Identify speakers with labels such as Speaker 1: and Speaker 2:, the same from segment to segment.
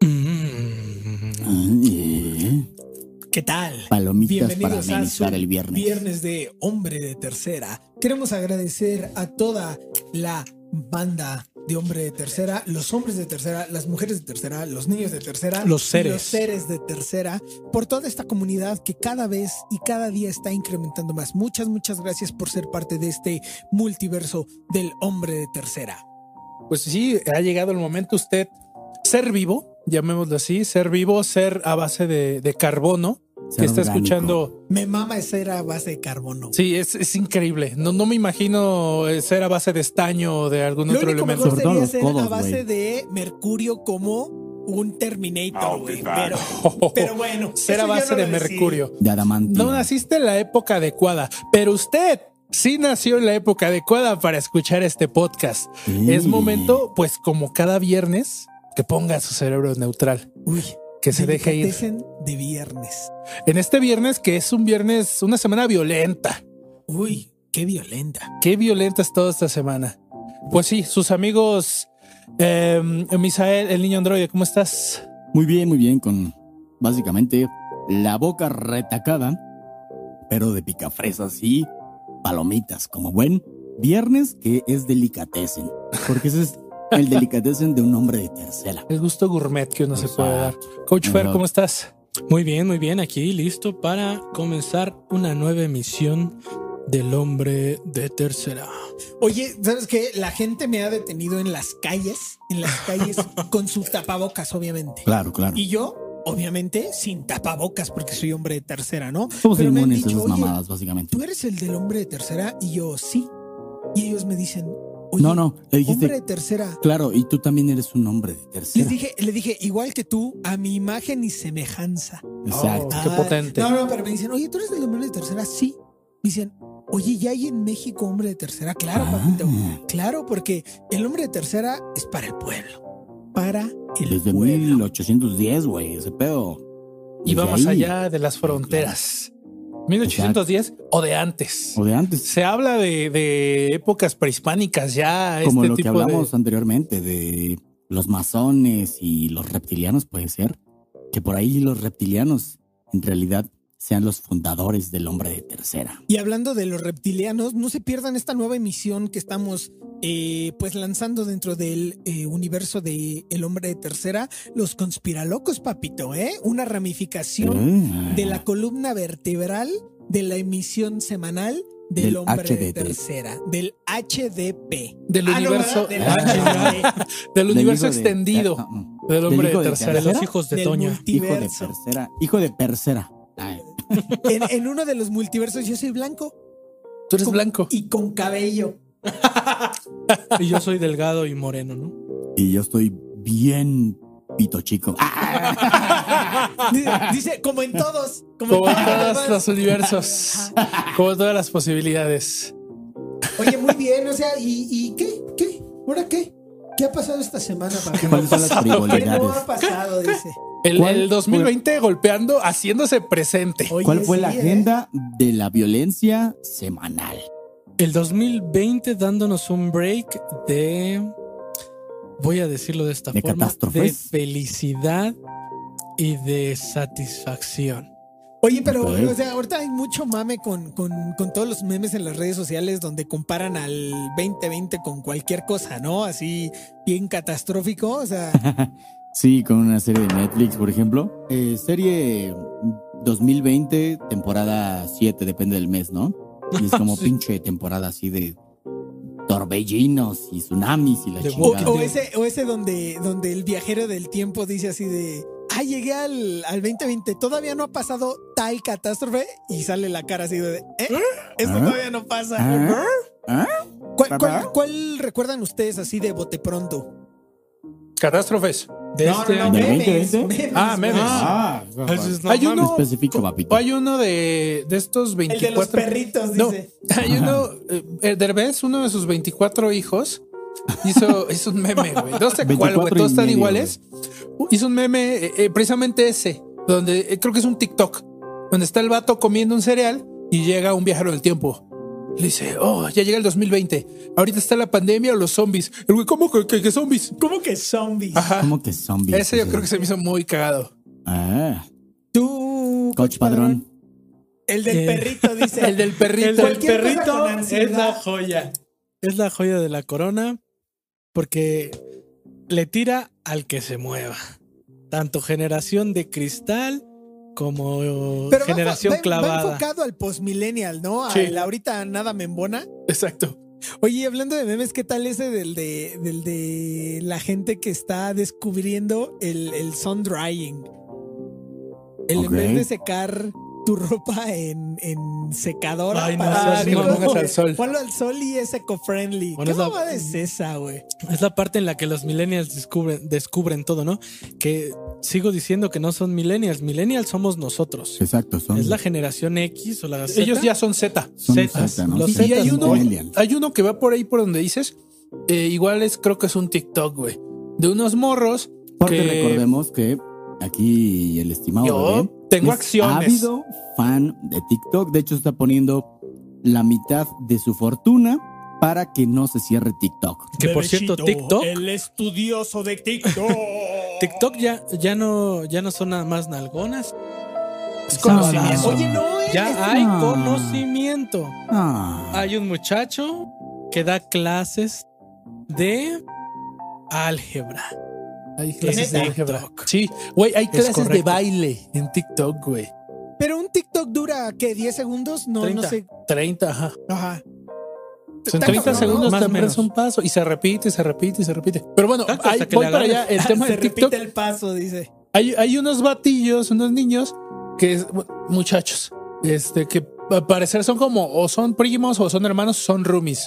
Speaker 1: Mm.
Speaker 2: Eh, palomitas para
Speaker 1: Bienvenidos a su
Speaker 2: amenizar el viernes.
Speaker 1: viernes de Hombre de Tercera. Queremos agradecer a toda la banda de Hombre de Tercera, los hombres de Tercera, las mujeres de Tercera, los niños de Tercera,
Speaker 3: Los
Speaker 1: y
Speaker 3: seres.
Speaker 1: los seres de Tercera, por toda esta comunidad que cada vez y cada día está incrementando más. Muchas, muchas gracias por ser parte de este multiverso del Hombre de Tercera.
Speaker 3: Pues sí, ha llegado el momento usted ser vivo, llamémoslo así, ser vivo, ser a base de, de carbono,
Speaker 2: Ser
Speaker 3: que está
Speaker 2: orgánico.
Speaker 3: escuchando.
Speaker 1: Me mama esa era a base de carbono.
Speaker 3: Sí, es, es increíble. No, no me imagino eh, ser a base de estaño o de algún
Speaker 1: Lo
Speaker 3: otro
Speaker 1: único
Speaker 3: elemento.
Speaker 1: mejor
Speaker 2: Sobre todo
Speaker 1: sería
Speaker 2: los
Speaker 1: ser a
Speaker 2: codos,
Speaker 1: base
Speaker 2: güey.
Speaker 1: de mercurio como un Terminator, güey. Pero, pero bueno,
Speaker 3: ser
Speaker 1: eso
Speaker 3: a
Speaker 1: yo
Speaker 3: base
Speaker 1: no
Speaker 3: de
Speaker 1: lo decidí.
Speaker 3: mercurio.
Speaker 2: De adamantio.
Speaker 3: No naciste en la época adecuada, pero usted sí nació en la época adecuada para escuchar este podcast.
Speaker 2: Sí.
Speaker 3: Es momento, pues como cada viernes, que ponga su cerebro neutral,
Speaker 1: Uy,
Speaker 3: que se deje ir.
Speaker 1: delicatecen de viernes.
Speaker 3: En este viernes, que es un viernes, una semana violenta.
Speaker 1: Uy, qué violenta.
Speaker 3: Qué violenta es toda esta semana. Pues sí, sus amigos, eh, Misael, el niño androide, ¿cómo estás?
Speaker 2: Muy bien, muy bien, con básicamente la boca retacada, pero de picafresas y palomitas, como buen viernes que es delicatessen, porque ese es el delicatessen de un hombre de tercera.
Speaker 3: El gusto gourmet que uno se
Speaker 2: Exacto.
Speaker 3: puede dar. Coach Fer,
Speaker 2: Ajá.
Speaker 3: ¿cómo estás?
Speaker 4: Muy bien, muy bien. Aquí listo para comenzar una nueva emisión del hombre de tercera.
Speaker 1: Oye, ¿sabes qué? La gente me ha detenido en las calles, en las calles con su tapabocas, obviamente.
Speaker 2: Claro, claro.
Speaker 1: Y yo, obviamente, sin tapabocas porque soy hombre de tercera, ¿no?
Speaker 2: Somos
Speaker 1: Pero me han
Speaker 2: inmunes a
Speaker 1: dicho,
Speaker 2: esas
Speaker 1: "Oye,
Speaker 2: mamadas, básicamente.
Speaker 1: ¿tú eres el del hombre de tercera? Y yo, sí. Y ellos me dicen, oye,
Speaker 2: No, no,
Speaker 1: hombre de
Speaker 2: le dijiste,
Speaker 1: tercera.
Speaker 2: claro, y tú también eres un hombre de
Speaker 1: Les
Speaker 2: tercera.
Speaker 1: dije, le dije, igual que tú, a mi imagen y semejanza.
Speaker 2: Exacto.
Speaker 3: Oh, qué
Speaker 1: Ah,
Speaker 3: potente.
Speaker 1: No, no, pero me dicen, oye, ¿tú eres del hombre de tercera? Sí. Me dicen, oye, ¿ya hay en México hombre de tercera? Claro, papito.
Speaker 2: Ah,
Speaker 1: Claro, porque el hombre de tercera es para el pueblo. Para el
Speaker 2: desde
Speaker 1: pueblo.
Speaker 2: 1810, güey, ese pedo.
Speaker 3: Y
Speaker 2: Desde
Speaker 3: vamos
Speaker 2: ahí,
Speaker 3: allá de las fronteras. 1810 o de antes.
Speaker 2: O de antes.
Speaker 3: Se habla de, de épocas prehispánicas ya.
Speaker 2: Como
Speaker 3: este
Speaker 2: lo que
Speaker 3: tipo de-
Speaker 2: hablamos anteriormente de los masones y los reptilianos, puede ser. Que por ahí los reptilianos en realidad sean los fundadores del hombre de tercera.
Speaker 1: Y hablando de los reptilianos, no se pierdan esta nueva emisión que estamos eh, pues lanzando dentro del eh, universo de El Hombre de Tercera, los conspiralocos, papito, ¿eh? Una ramificación
Speaker 2: Ah,
Speaker 1: de la columna vertebral de la emisión semanal del,
Speaker 2: Del
Speaker 1: hombre de
Speaker 2: HDD.
Speaker 1: tercera, del HDP.
Speaker 3: Del
Speaker 1: Ah, no,
Speaker 3: universo-
Speaker 1: ¿verdad? del
Speaker 3: Ah.
Speaker 1: HDP,
Speaker 3: del universo
Speaker 2: hijo de-
Speaker 3: extendido
Speaker 2: ah, ah,
Speaker 3: del hombre
Speaker 2: hijo
Speaker 3: de
Speaker 2: de
Speaker 3: tercera.
Speaker 4: De los
Speaker 2: ¿Tercera?
Speaker 4: hijos de
Speaker 1: del
Speaker 4: Toño.
Speaker 2: Hijo de
Speaker 1: multiverso.
Speaker 2: tercera. Hijo de tercera. Ay,
Speaker 1: En, en uno de los multiversos yo soy blanco
Speaker 3: Tú eres
Speaker 1: con-
Speaker 3: blanco.
Speaker 1: y con cabello.
Speaker 4: Y yo soy delgado y moreno, ¿no?
Speaker 2: Y yo estoy bien pito chico.
Speaker 3: Ah,
Speaker 1: Dice, dice, como en todos, como, en
Speaker 3: Como
Speaker 1: todos los
Speaker 3: todos
Speaker 1: demás.
Speaker 3: los universos. Como todas las posibilidades.
Speaker 1: Oye, muy bien, o sea, ¿y, y qué? ¿Qué? ¿Ahora qué? ¿Qué ha pasado esta semana, papito?
Speaker 2: ¿Cuáles son las
Speaker 1: ¿Qué no ha
Speaker 2: frivolidades?
Speaker 1: pasado? Dice.
Speaker 3: El,
Speaker 2: ¿Cuál
Speaker 3: el 2020 golpeando, haciéndose presente.
Speaker 1: Oye,
Speaker 2: ¿Cuál fue la
Speaker 1: sí, ¿eh?
Speaker 2: agenda de la violencia semanal?
Speaker 4: El 2020 dándonos un break de, voy a decirlo de esta
Speaker 2: De
Speaker 4: forma, de
Speaker 2: catástrofes.
Speaker 4: felicidad y de satisfacción.
Speaker 1: Oye, pero
Speaker 2: Ok.
Speaker 1: o sea, ahorita hay mucho mame con, con, con todos los memes en las redes sociales donde comparan al 2020 con cualquier cosa, ¿no? Así bien catastrófico. O sea,
Speaker 2: Sí, con una serie de Netflix, por ejemplo. Eh, serie 2020, temporada 7, depende del mes, ¿no? Y es como
Speaker 4: Sí.
Speaker 2: pinche temporada así de torbellinos y tsunamis y la
Speaker 4: De
Speaker 1: o,
Speaker 4: Walking
Speaker 2: chingada.
Speaker 1: o ese, o ese donde, donde el viajero del tiempo dice así de. Ah, llegué al, al 2020, todavía no ha pasado tal catástrofe y sale la cara así de, ¿eh? Esto
Speaker 2: ¿Ah?
Speaker 1: todavía no pasa.
Speaker 2: ¿Ah? ¿Ah?
Speaker 1: ¿Cuál,
Speaker 2: ¿Papá?
Speaker 1: cuál, cuál recuerdan ustedes así de bote pronto?
Speaker 3: Catástrofes.
Speaker 4: De este
Speaker 2: no.
Speaker 4: año.
Speaker 2: ¿Del 2020?
Speaker 3: Ah, memes.
Speaker 1: güey.
Speaker 2: Ah,
Speaker 4: Entonces, no
Speaker 3: Hay
Speaker 4: mames.
Speaker 3: uno-
Speaker 2: específico, papito.
Speaker 3: Hay uno de, de estos
Speaker 1: El de los
Speaker 3: 24.
Speaker 1: perritos,
Speaker 3: No.
Speaker 1: dice.
Speaker 3: Hay uno, eh, Derbez, uno de sus 24 hijos, hizo, hizo un meme, güey. No sé cuál,
Speaker 2: 24
Speaker 3: güey. Todos
Speaker 2: y
Speaker 3: están
Speaker 2: medio,
Speaker 3: iguales. Hizo un meme, eh, eh, precisamente ese, donde eh, creo que es un TikTok, donde está el vato comiendo un cereal y llega un viajero del tiempo. Le dice, oh, ya llega el 2020. Ahorita está la pandemia o los zombies. El güey, ¿cómo que, que- que zombies?
Speaker 1: ¿Cómo que zombies?
Speaker 3: Ajá.
Speaker 2: ¿Cómo que zombies?
Speaker 3: Ese yo creo que se me hizo muy cagado.
Speaker 2: Ah,
Speaker 1: Tú,
Speaker 2: coach padrón.
Speaker 1: El del
Speaker 3: Eh,
Speaker 1: perrito, dice.
Speaker 5: El del perrito.
Speaker 3: El del
Speaker 1: Cualquier cosa
Speaker 3: perrito
Speaker 1: con
Speaker 3: es la
Speaker 1: ansiedad.
Speaker 3: joya. Es la joya de la corona porque le tira al que se mueva. Tanto generación de cristal como
Speaker 1: Pero va-
Speaker 3: generación
Speaker 1: va, va
Speaker 3: clavada.
Speaker 1: enfocado al postmillennial, ¿no?
Speaker 5: Sí.
Speaker 1: Al ahorita nada membona.
Speaker 5: Exacto.
Speaker 1: Oye, y hablando de memes, ¿qué tal ese del de, del de la gente que está descubriendo el, el sun drying? El
Speaker 2: Ok.
Speaker 1: en vez de secar tu ropa en, en secadora
Speaker 3: Ay, no
Speaker 1: para
Speaker 3: seas- no
Speaker 1: abrirlo,
Speaker 3: pongas
Speaker 5: al sol.
Speaker 1: Ponlo al sol y es eco-friendly.
Speaker 3: Bueno,
Speaker 1: ¿Qué
Speaker 3: es la-
Speaker 1: mamada es esa, güey?
Speaker 3: Es la parte en la que los millennials descubren, descubren todo, ¿no? Que sigo diciendo que no son millennials. Millennials somos nosotros.
Speaker 2: Exacto, son.
Speaker 3: Es la generación X o la Z.
Speaker 5: Ellos ya son Z.
Speaker 2: son
Speaker 3: Zetas,
Speaker 2: Zeta, ¿no?
Speaker 3: los
Speaker 2: Zetas
Speaker 5: Y hay uno,
Speaker 2: millennials.
Speaker 5: hay uno que va por ahí por donde dices. eh, igual es, creo que es un TikTok, güey. De unos morros.
Speaker 2: Porque
Speaker 5: que-
Speaker 2: recordemos que aquí el estimado.
Speaker 5: Yo
Speaker 2: bebé
Speaker 5: tengo
Speaker 2: es
Speaker 5: acciones.
Speaker 2: Ávido fan de TikTok. De hecho, está poniendo la mitad de su fortuna para que no se cierre TikTok.
Speaker 3: Que por cierto, TikTok.
Speaker 1: El estudioso de TikTok.
Speaker 3: TikTok ya, ya no, ya no son nada más nalgonas. Es
Speaker 2: Sábado.
Speaker 3: conocimiento.
Speaker 1: Oye, no, eh.
Speaker 3: Ya hay
Speaker 2: Ah.
Speaker 3: conocimiento.
Speaker 2: Ah,
Speaker 3: Hay un muchacho que da clases de álgebra.
Speaker 5: Hay
Speaker 3: clases
Speaker 1: de
Speaker 3: álgebra.
Speaker 5: Sí, güey, hay clases de
Speaker 3: correcto.
Speaker 5: baile en TikTok, güey.
Speaker 1: Pero un TikTok dura, ¿qué? ¿10 segundos? No, no
Speaker 3: 30.
Speaker 1: sé.
Speaker 5: 30, ajá.
Speaker 1: Ajá.
Speaker 5: Son
Speaker 1: Está
Speaker 5: 30
Speaker 1: cabrón, ¿no?
Speaker 5: segundos
Speaker 3: Más o
Speaker 5: también
Speaker 3: menos.
Speaker 5: es un paso y se repite, se repite, se repite. Pero bueno,
Speaker 3: Exacto,
Speaker 5: hay-
Speaker 3: hasta que
Speaker 5: voy
Speaker 3: le
Speaker 5: para allá.
Speaker 3: agarres.
Speaker 5: El tema
Speaker 1: Se
Speaker 5: de
Speaker 1: repite
Speaker 5: TikTok,
Speaker 1: el paso, dice.
Speaker 5: hay, hay unos batillos, unos niños que es- muchachos, este que al parecer son como o son primos o son hermanos, son roomies.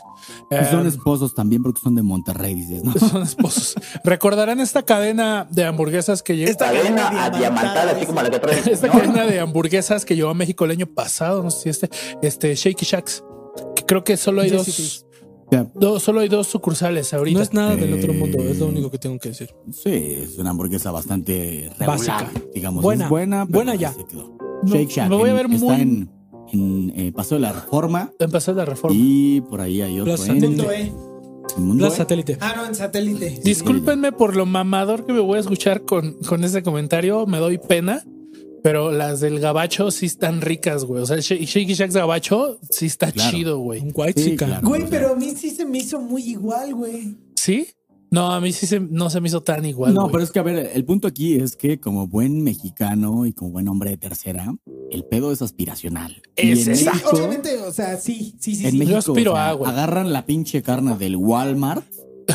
Speaker 2: y son
Speaker 5: Eh,
Speaker 2: esposos también porque son de Monterrey, dices, ¿no?
Speaker 5: son esposos. Recordarán esta cadena de hamburguesas que llegó.
Speaker 1: Esta cadena
Speaker 6: cadena diamantada, así
Speaker 1: dice.
Speaker 6: como la que traes.
Speaker 5: Esta
Speaker 6: ¿no?
Speaker 5: cadena de hamburguesas que llevó a México el año pasado, no sé si este, este Shake Shacks. que creo que solo hay
Speaker 1: Jessicas.
Speaker 5: dos,
Speaker 2: O sea,
Speaker 5: dos- solo hay dos sucursales ahorita.
Speaker 3: No es nada del otro
Speaker 2: Eh,
Speaker 3: mundo, es lo único que tengo que decir.
Speaker 2: sí, es una hamburguesa bastante regular,
Speaker 3: Básica.
Speaker 2: Digamos,
Speaker 3: Buena,
Speaker 2: Es buena, pero
Speaker 3: buena
Speaker 2: ahí
Speaker 3: ya.
Speaker 2: se quedó.
Speaker 5: No,
Speaker 2: Shake Shack.
Speaker 5: lo voy a
Speaker 2: en-
Speaker 5: ver
Speaker 2: está
Speaker 5: muy-
Speaker 2: en, en, eh, Paseo de la Reforma
Speaker 5: En pasar la reforma.
Speaker 2: y por ahí hay otro.
Speaker 3: Plaza
Speaker 2: en-
Speaker 1: Punto E.
Speaker 2: en Mundo
Speaker 3: La
Speaker 2: E.
Speaker 3: satélite.
Speaker 1: Ah, no, en satélite.
Speaker 5: Discúlpenme por lo mamador que me voy a escuchar con, con ese comentario, me doy pena, pero las del gabacho sí están ricas, güey. O sea, Shake Shake Shack's gabacho sí está
Speaker 2: Claro.
Speaker 5: chido, güey.
Speaker 3: Un white
Speaker 2: Sí,
Speaker 3: chica.
Speaker 2: claro.
Speaker 1: Güey, pero a mí sí se me hizo muy igual, güey.
Speaker 5: ¿Sí? No, a mí sí se, no se me hizo tan igual.
Speaker 2: No,
Speaker 5: güey.
Speaker 2: pero es que a ver, el punto aquí es que como buen mexicano y como buen hombre de tercera, el pedo es aspiracional. Y
Speaker 5: Es
Speaker 2: en
Speaker 1: Sí,
Speaker 5: esa.
Speaker 2: México-
Speaker 1: obviamente, o sea, sí, sí, sí.
Speaker 2: en
Speaker 1: sí.
Speaker 2: México
Speaker 5: Yo aspiro
Speaker 2: o sea,
Speaker 5: a, güey.
Speaker 2: agarran la pinche carne del Walmart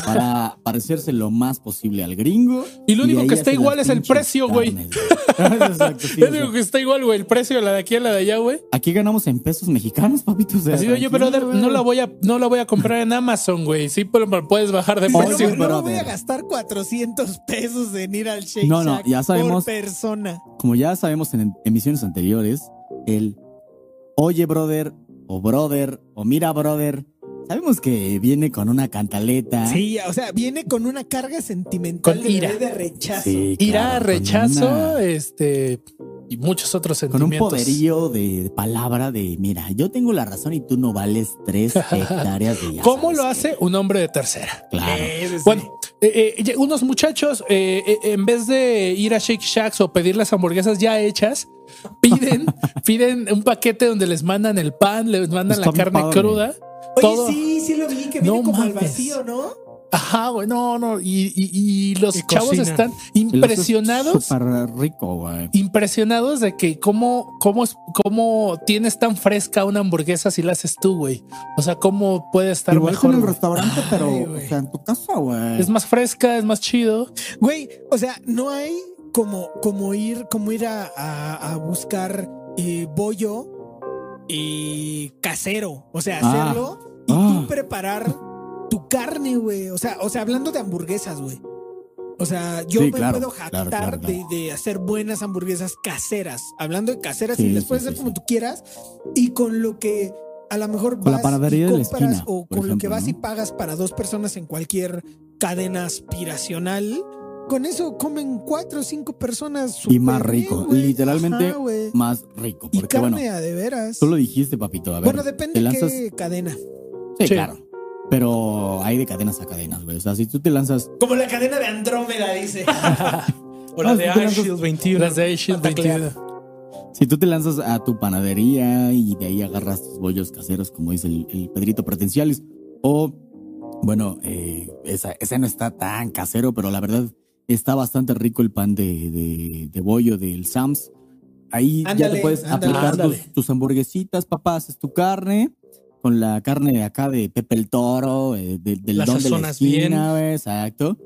Speaker 2: para parecerse lo más posible al gringo.
Speaker 5: Y lo único
Speaker 2: ahí
Speaker 5: que está
Speaker 2: hacen
Speaker 5: igual
Speaker 2: las
Speaker 5: es el
Speaker 2: pinches
Speaker 5: precio, güey.
Speaker 2: carnes, Exacto, sí,
Speaker 5: Yo
Speaker 2: o
Speaker 5: digo
Speaker 2: sea,
Speaker 5: que está igual, güey. El precio de la de aquí a la de allá, güey.
Speaker 2: Aquí ganamos en pesos mexicanos, papito. o sea,
Speaker 5: Así digo yo,
Speaker 2: tranquilo,
Speaker 5: brother,
Speaker 2: güey.
Speaker 5: no la voy a, no la voy a comprar en Amazon, güey. Sí, pero me puedes bajar de
Speaker 1: Dice,
Speaker 2: Oye,
Speaker 1: no,
Speaker 5: precio.
Speaker 1: güey, no me voy
Speaker 2: brother.
Speaker 1: a gastar 400 pesos en ir al Shake
Speaker 2: No, no,
Speaker 1: Shack
Speaker 2: ya sabemos.
Speaker 1: Por persona.
Speaker 2: Como ya sabemos en emisiones anteriores, el oye, brother, o brother, o mira, brother, sabemos que viene con una cantaleta.
Speaker 1: Sí, o sea, viene con una carga sentimental
Speaker 5: Con
Speaker 1: de,
Speaker 5: ira.
Speaker 1: de rechazo.
Speaker 2: Sí,
Speaker 5: Irá,
Speaker 2: claro, con
Speaker 5: rechazo,
Speaker 2: una-
Speaker 5: este y muchos otros
Speaker 2: Con un
Speaker 5: sentimientos.
Speaker 2: poderío de palabra de, mira, yo tengo la razón y tú no vales tres hectáreas de ya
Speaker 5: ¿Cómo
Speaker 2: sabes
Speaker 5: lo
Speaker 2: qué.
Speaker 5: hace un hombre de tercera?
Speaker 2: Claro.
Speaker 5: Bueno, eh, eh, ya- unos muchachos, eh, eh, en vez de ir a Shake Shacks o pedir las hamburguesas ya hechas, piden, piden un paquete donde les mandan el pan, les mandan
Speaker 2: Está
Speaker 5: la
Speaker 2: bien
Speaker 5: carne
Speaker 2: padre.
Speaker 5: cruda.
Speaker 1: Oye,
Speaker 5: todo.
Speaker 1: sí, sí lo vi, que viene
Speaker 5: No
Speaker 1: como al
Speaker 5: mames.
Speaker 1: vacío, ¿no?
Speaker 5: Ajá, güey, no, no. Y, y- y los
Speaker 3: Y
Speaker 5: chavos
Speaker 3: cocina.
Speaker 5: están
Speaker 2: Y lo hace
Speaker 5: impresionados.
Speaker 2: Súper rico, güey.
Speaker 5: impresionados de que cómo, cómo, es- cómo tienes tan fresca una hamburguesa si la haces tú, güey. O sea, cómo puede estar
Speaker 2: Igual que
Speaker 5: mejor.
Speaker 2: en el
Speaker 5: güey.
Speaker 2: restaurante, pero
Speaker 1: Ay,
Speaker 2: o
Speaker 1: güey.
Speaker 2: sea, en tu casa, güey.
Speaker 5: Es más fresca, es más chido.
Speaker 1: Güey, o sea, no hay como, como ir, como ir a, a- a buscar eh, bollo eh, casero. O sea,
Speaker 2: Ah.
Speaker 1: hacerlo y
Speaker 2: Ah.
Speaker 1: tú preparar tu carne, güey. O sea, o sea, hablando de hamburguesas, güey. O sea, yo
Speaker 2: Sí,
Speaker 1: me
Speaker 2: claro,
Speaker 1: puedo
Speaker 2: claro,
Speaker 1: jactar
Speaker 2: claro, claro.
Speaker 1: De, de hacer buenas hamburguesas caseras. Hablando de caseras,
Speaker 2: Sí,
Speaker 1: y las
Speaker 2: sí,
Speaker 1: puedes
Speaker 2: sí,
Speaker 1: hacer
Speaker 2: sí.
Speaker 1: como tú quieras y con lo que a lo mejor
Speaker 2: Con la
Speaker 1: vas
Speaker 2: panadería
Speaker 1: y
Speaker 2: de la
Speaker 1: compras
Speaker 2: esquina,
Speaker 1: o
Speaker 2: por
Speaker 1: con lo que
Speaker 2: ejemplo,
Speaker 1: vas
Speaker 2: ¿no?
Speaker 1: y pagas para dos personas en cualquier cadena aspiracional. Con eso comen cuatro o cinco personas.
Speaker 2: Y más
Speaker 1: súper bien,
Speaker 2: rico,
Speaker 1: güey.
Speaker 2: literalmente
Speaker 1: Ajá, güey.
Speaker 2: Más rico.
Speaker 1: y
Speaker 2: Porque,
Speaker 1: carne
Speaker 2: bueno,
Speaker 1: a de veras.
Speaker 2: tú lo dijiste, papito. A ver,
Speaker 1: bueno,
Speaker 2: te
Speaker 1: depende
Speaker 2: lanzas...
Speaker 1: qué cadena.
Speaker 2: Sí,
Speaker 5: Sí.
Speaker 2: claro. Pero hay de cadenas a cadenas, güey. O sea, si tú te lanzas
Speaker 1: Como la cadena de Andrómeda, dice.
Speaker 3: O la
Speaker 2: Ah,
Speaker 3: de
Speaker 2: sí, pero
Speaker 3: Ashield 21.
Speaker 1: pues,
Speaker 5: Las de Shield
Speaker 3: Taclear.
Speaker 5: 21.
Speaker 2: Si tú te lanzas a tu panadería y de ahí agarras tus bollos caseros, como dice el, el Pedrito Pretenciales, o bueno, eh, esa, ese no está tan casero, pero la verdad está bastante rico el pan de, de, de bollo del Sam's. Ahí ya
Speaker 1: Ándale,
Speaker 2: te puedes
Speaker 1: ándale.
Speaker 2: aplicar
Speaker 5: Ándale.
Speaker 2: tus, tus hamburguesitas, papá, haces tu carne, con la carne de acá de Pepe el Toro, eh, de- del
Speaker 3: La
Speaker 2: don de la
Speaker 3: sazonas
Speaker 2: esquina, güey, exacto.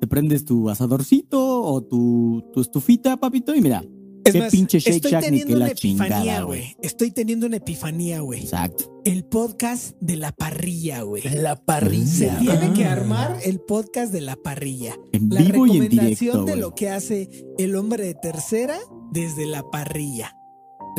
Speaker 2: Te prendes tu asadorcito o tu, tu estufita, papito, y mira,
Speaker 1: Es
Speaker 2: Qué
Speaker 1: más,
Speaker 2: pinche Shake
Speaker 1: estoy
Speaker 2: Shack ni
Speaker 1: teniendo
Speaker 2: qué
Speaker 1: una
Speaker 2: la chingada,
Speaker 1: epifanía,
Speaker 2: güey.
Speaker 1: güey. Estoy teniendo una epifanía, güey.
Speaker 2: exacto.
Speaker 1: El podcast de la parrilla, güey.
Speaker 5: La
Speaker 1: Se
Speaker 2: Ah.
Speaker 1: tiene que armar el podcast de la parrilla.
Speaker 2: En
Speaker 1: La
Speaker 2: vivo y en
Speaker 1: recomendación
Speaker 2: directo,
Speaker 1: de
Speaker 2: güey.
Speaker 1: lo que hace el hombre de tercera desde la parrilla.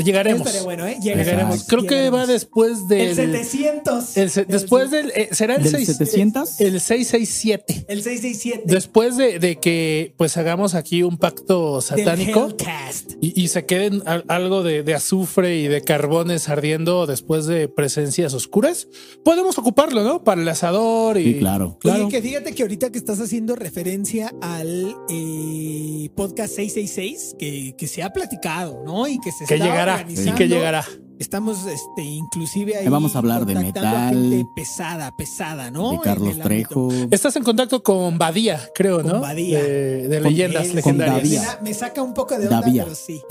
Speaker 5: Llegaremos.
Speaker 1: Estaría bueno, ¿eh?
Speaker 5: Llegaremos.
Speaker 2: Exacto.
Speaker 5: Creo que va después
Speaker 1: El
Speaker 5: del.
Speaker 1: 700.
Speaker 5: el se- después del. eh, ¿Será el
Speaker 2: ¿Del
Speaker 5: 6?
Speaker 2: 700?
Speaker 5: El 667.
Speaker 1: El 667.
Speaker 5: Después de, de que pues hagamos aquí un pacto satánico
Speaker 1: Cast.
Speaker 5: y, y se queden al- algo de, de azufre y de carbones ardiendo después de presencias oscuras, podemos ocuparlo, ¿no? Para el asador y
Speaker 2: Sí, claro.
Speaker 1: Oye,
Speaker 5: Claro.
Speaker 1: que fíjate que ahorita que estás haciendo referencia al eh, podcast 666, que, que se ha platicado, ¿no? Y que se
Speaker 5: que
Speaker 1: está
Speaker 5: llegará y
Speaker 1: organizando.
Speaker 5: que llegará.
Speaker 1: Estamos, este, inclusive ahí.
Speaker 2: Ahí vamos a hablar de
Speaker 1: contactando a
Speaker 2: metal.
Speaker 1: gente pesada, pesada, ¿no?
Speaker 2: de
Speaker 1: En
Speaker 2: Carlos
Speaker 1: el
Speaker 2: Trejo.
Speaker 1: ámbito.
Speaker 5: Estás en contacto con Badía, creo,
Speaker 1: Con
Speaker 5: ¿no?
Speaker 1: Badía.
Speaker 5: De, de
Speaker 2: Con-
Speaker 5: leyendas
Speaker 2: con
Speaker 1: Me,
Speaker 5: legendarias.
Speaker 2: Davía.
Speaker 1: da- me saca un poco de onda,
Speaker 2: Davía.
Speaker 1: pero sí.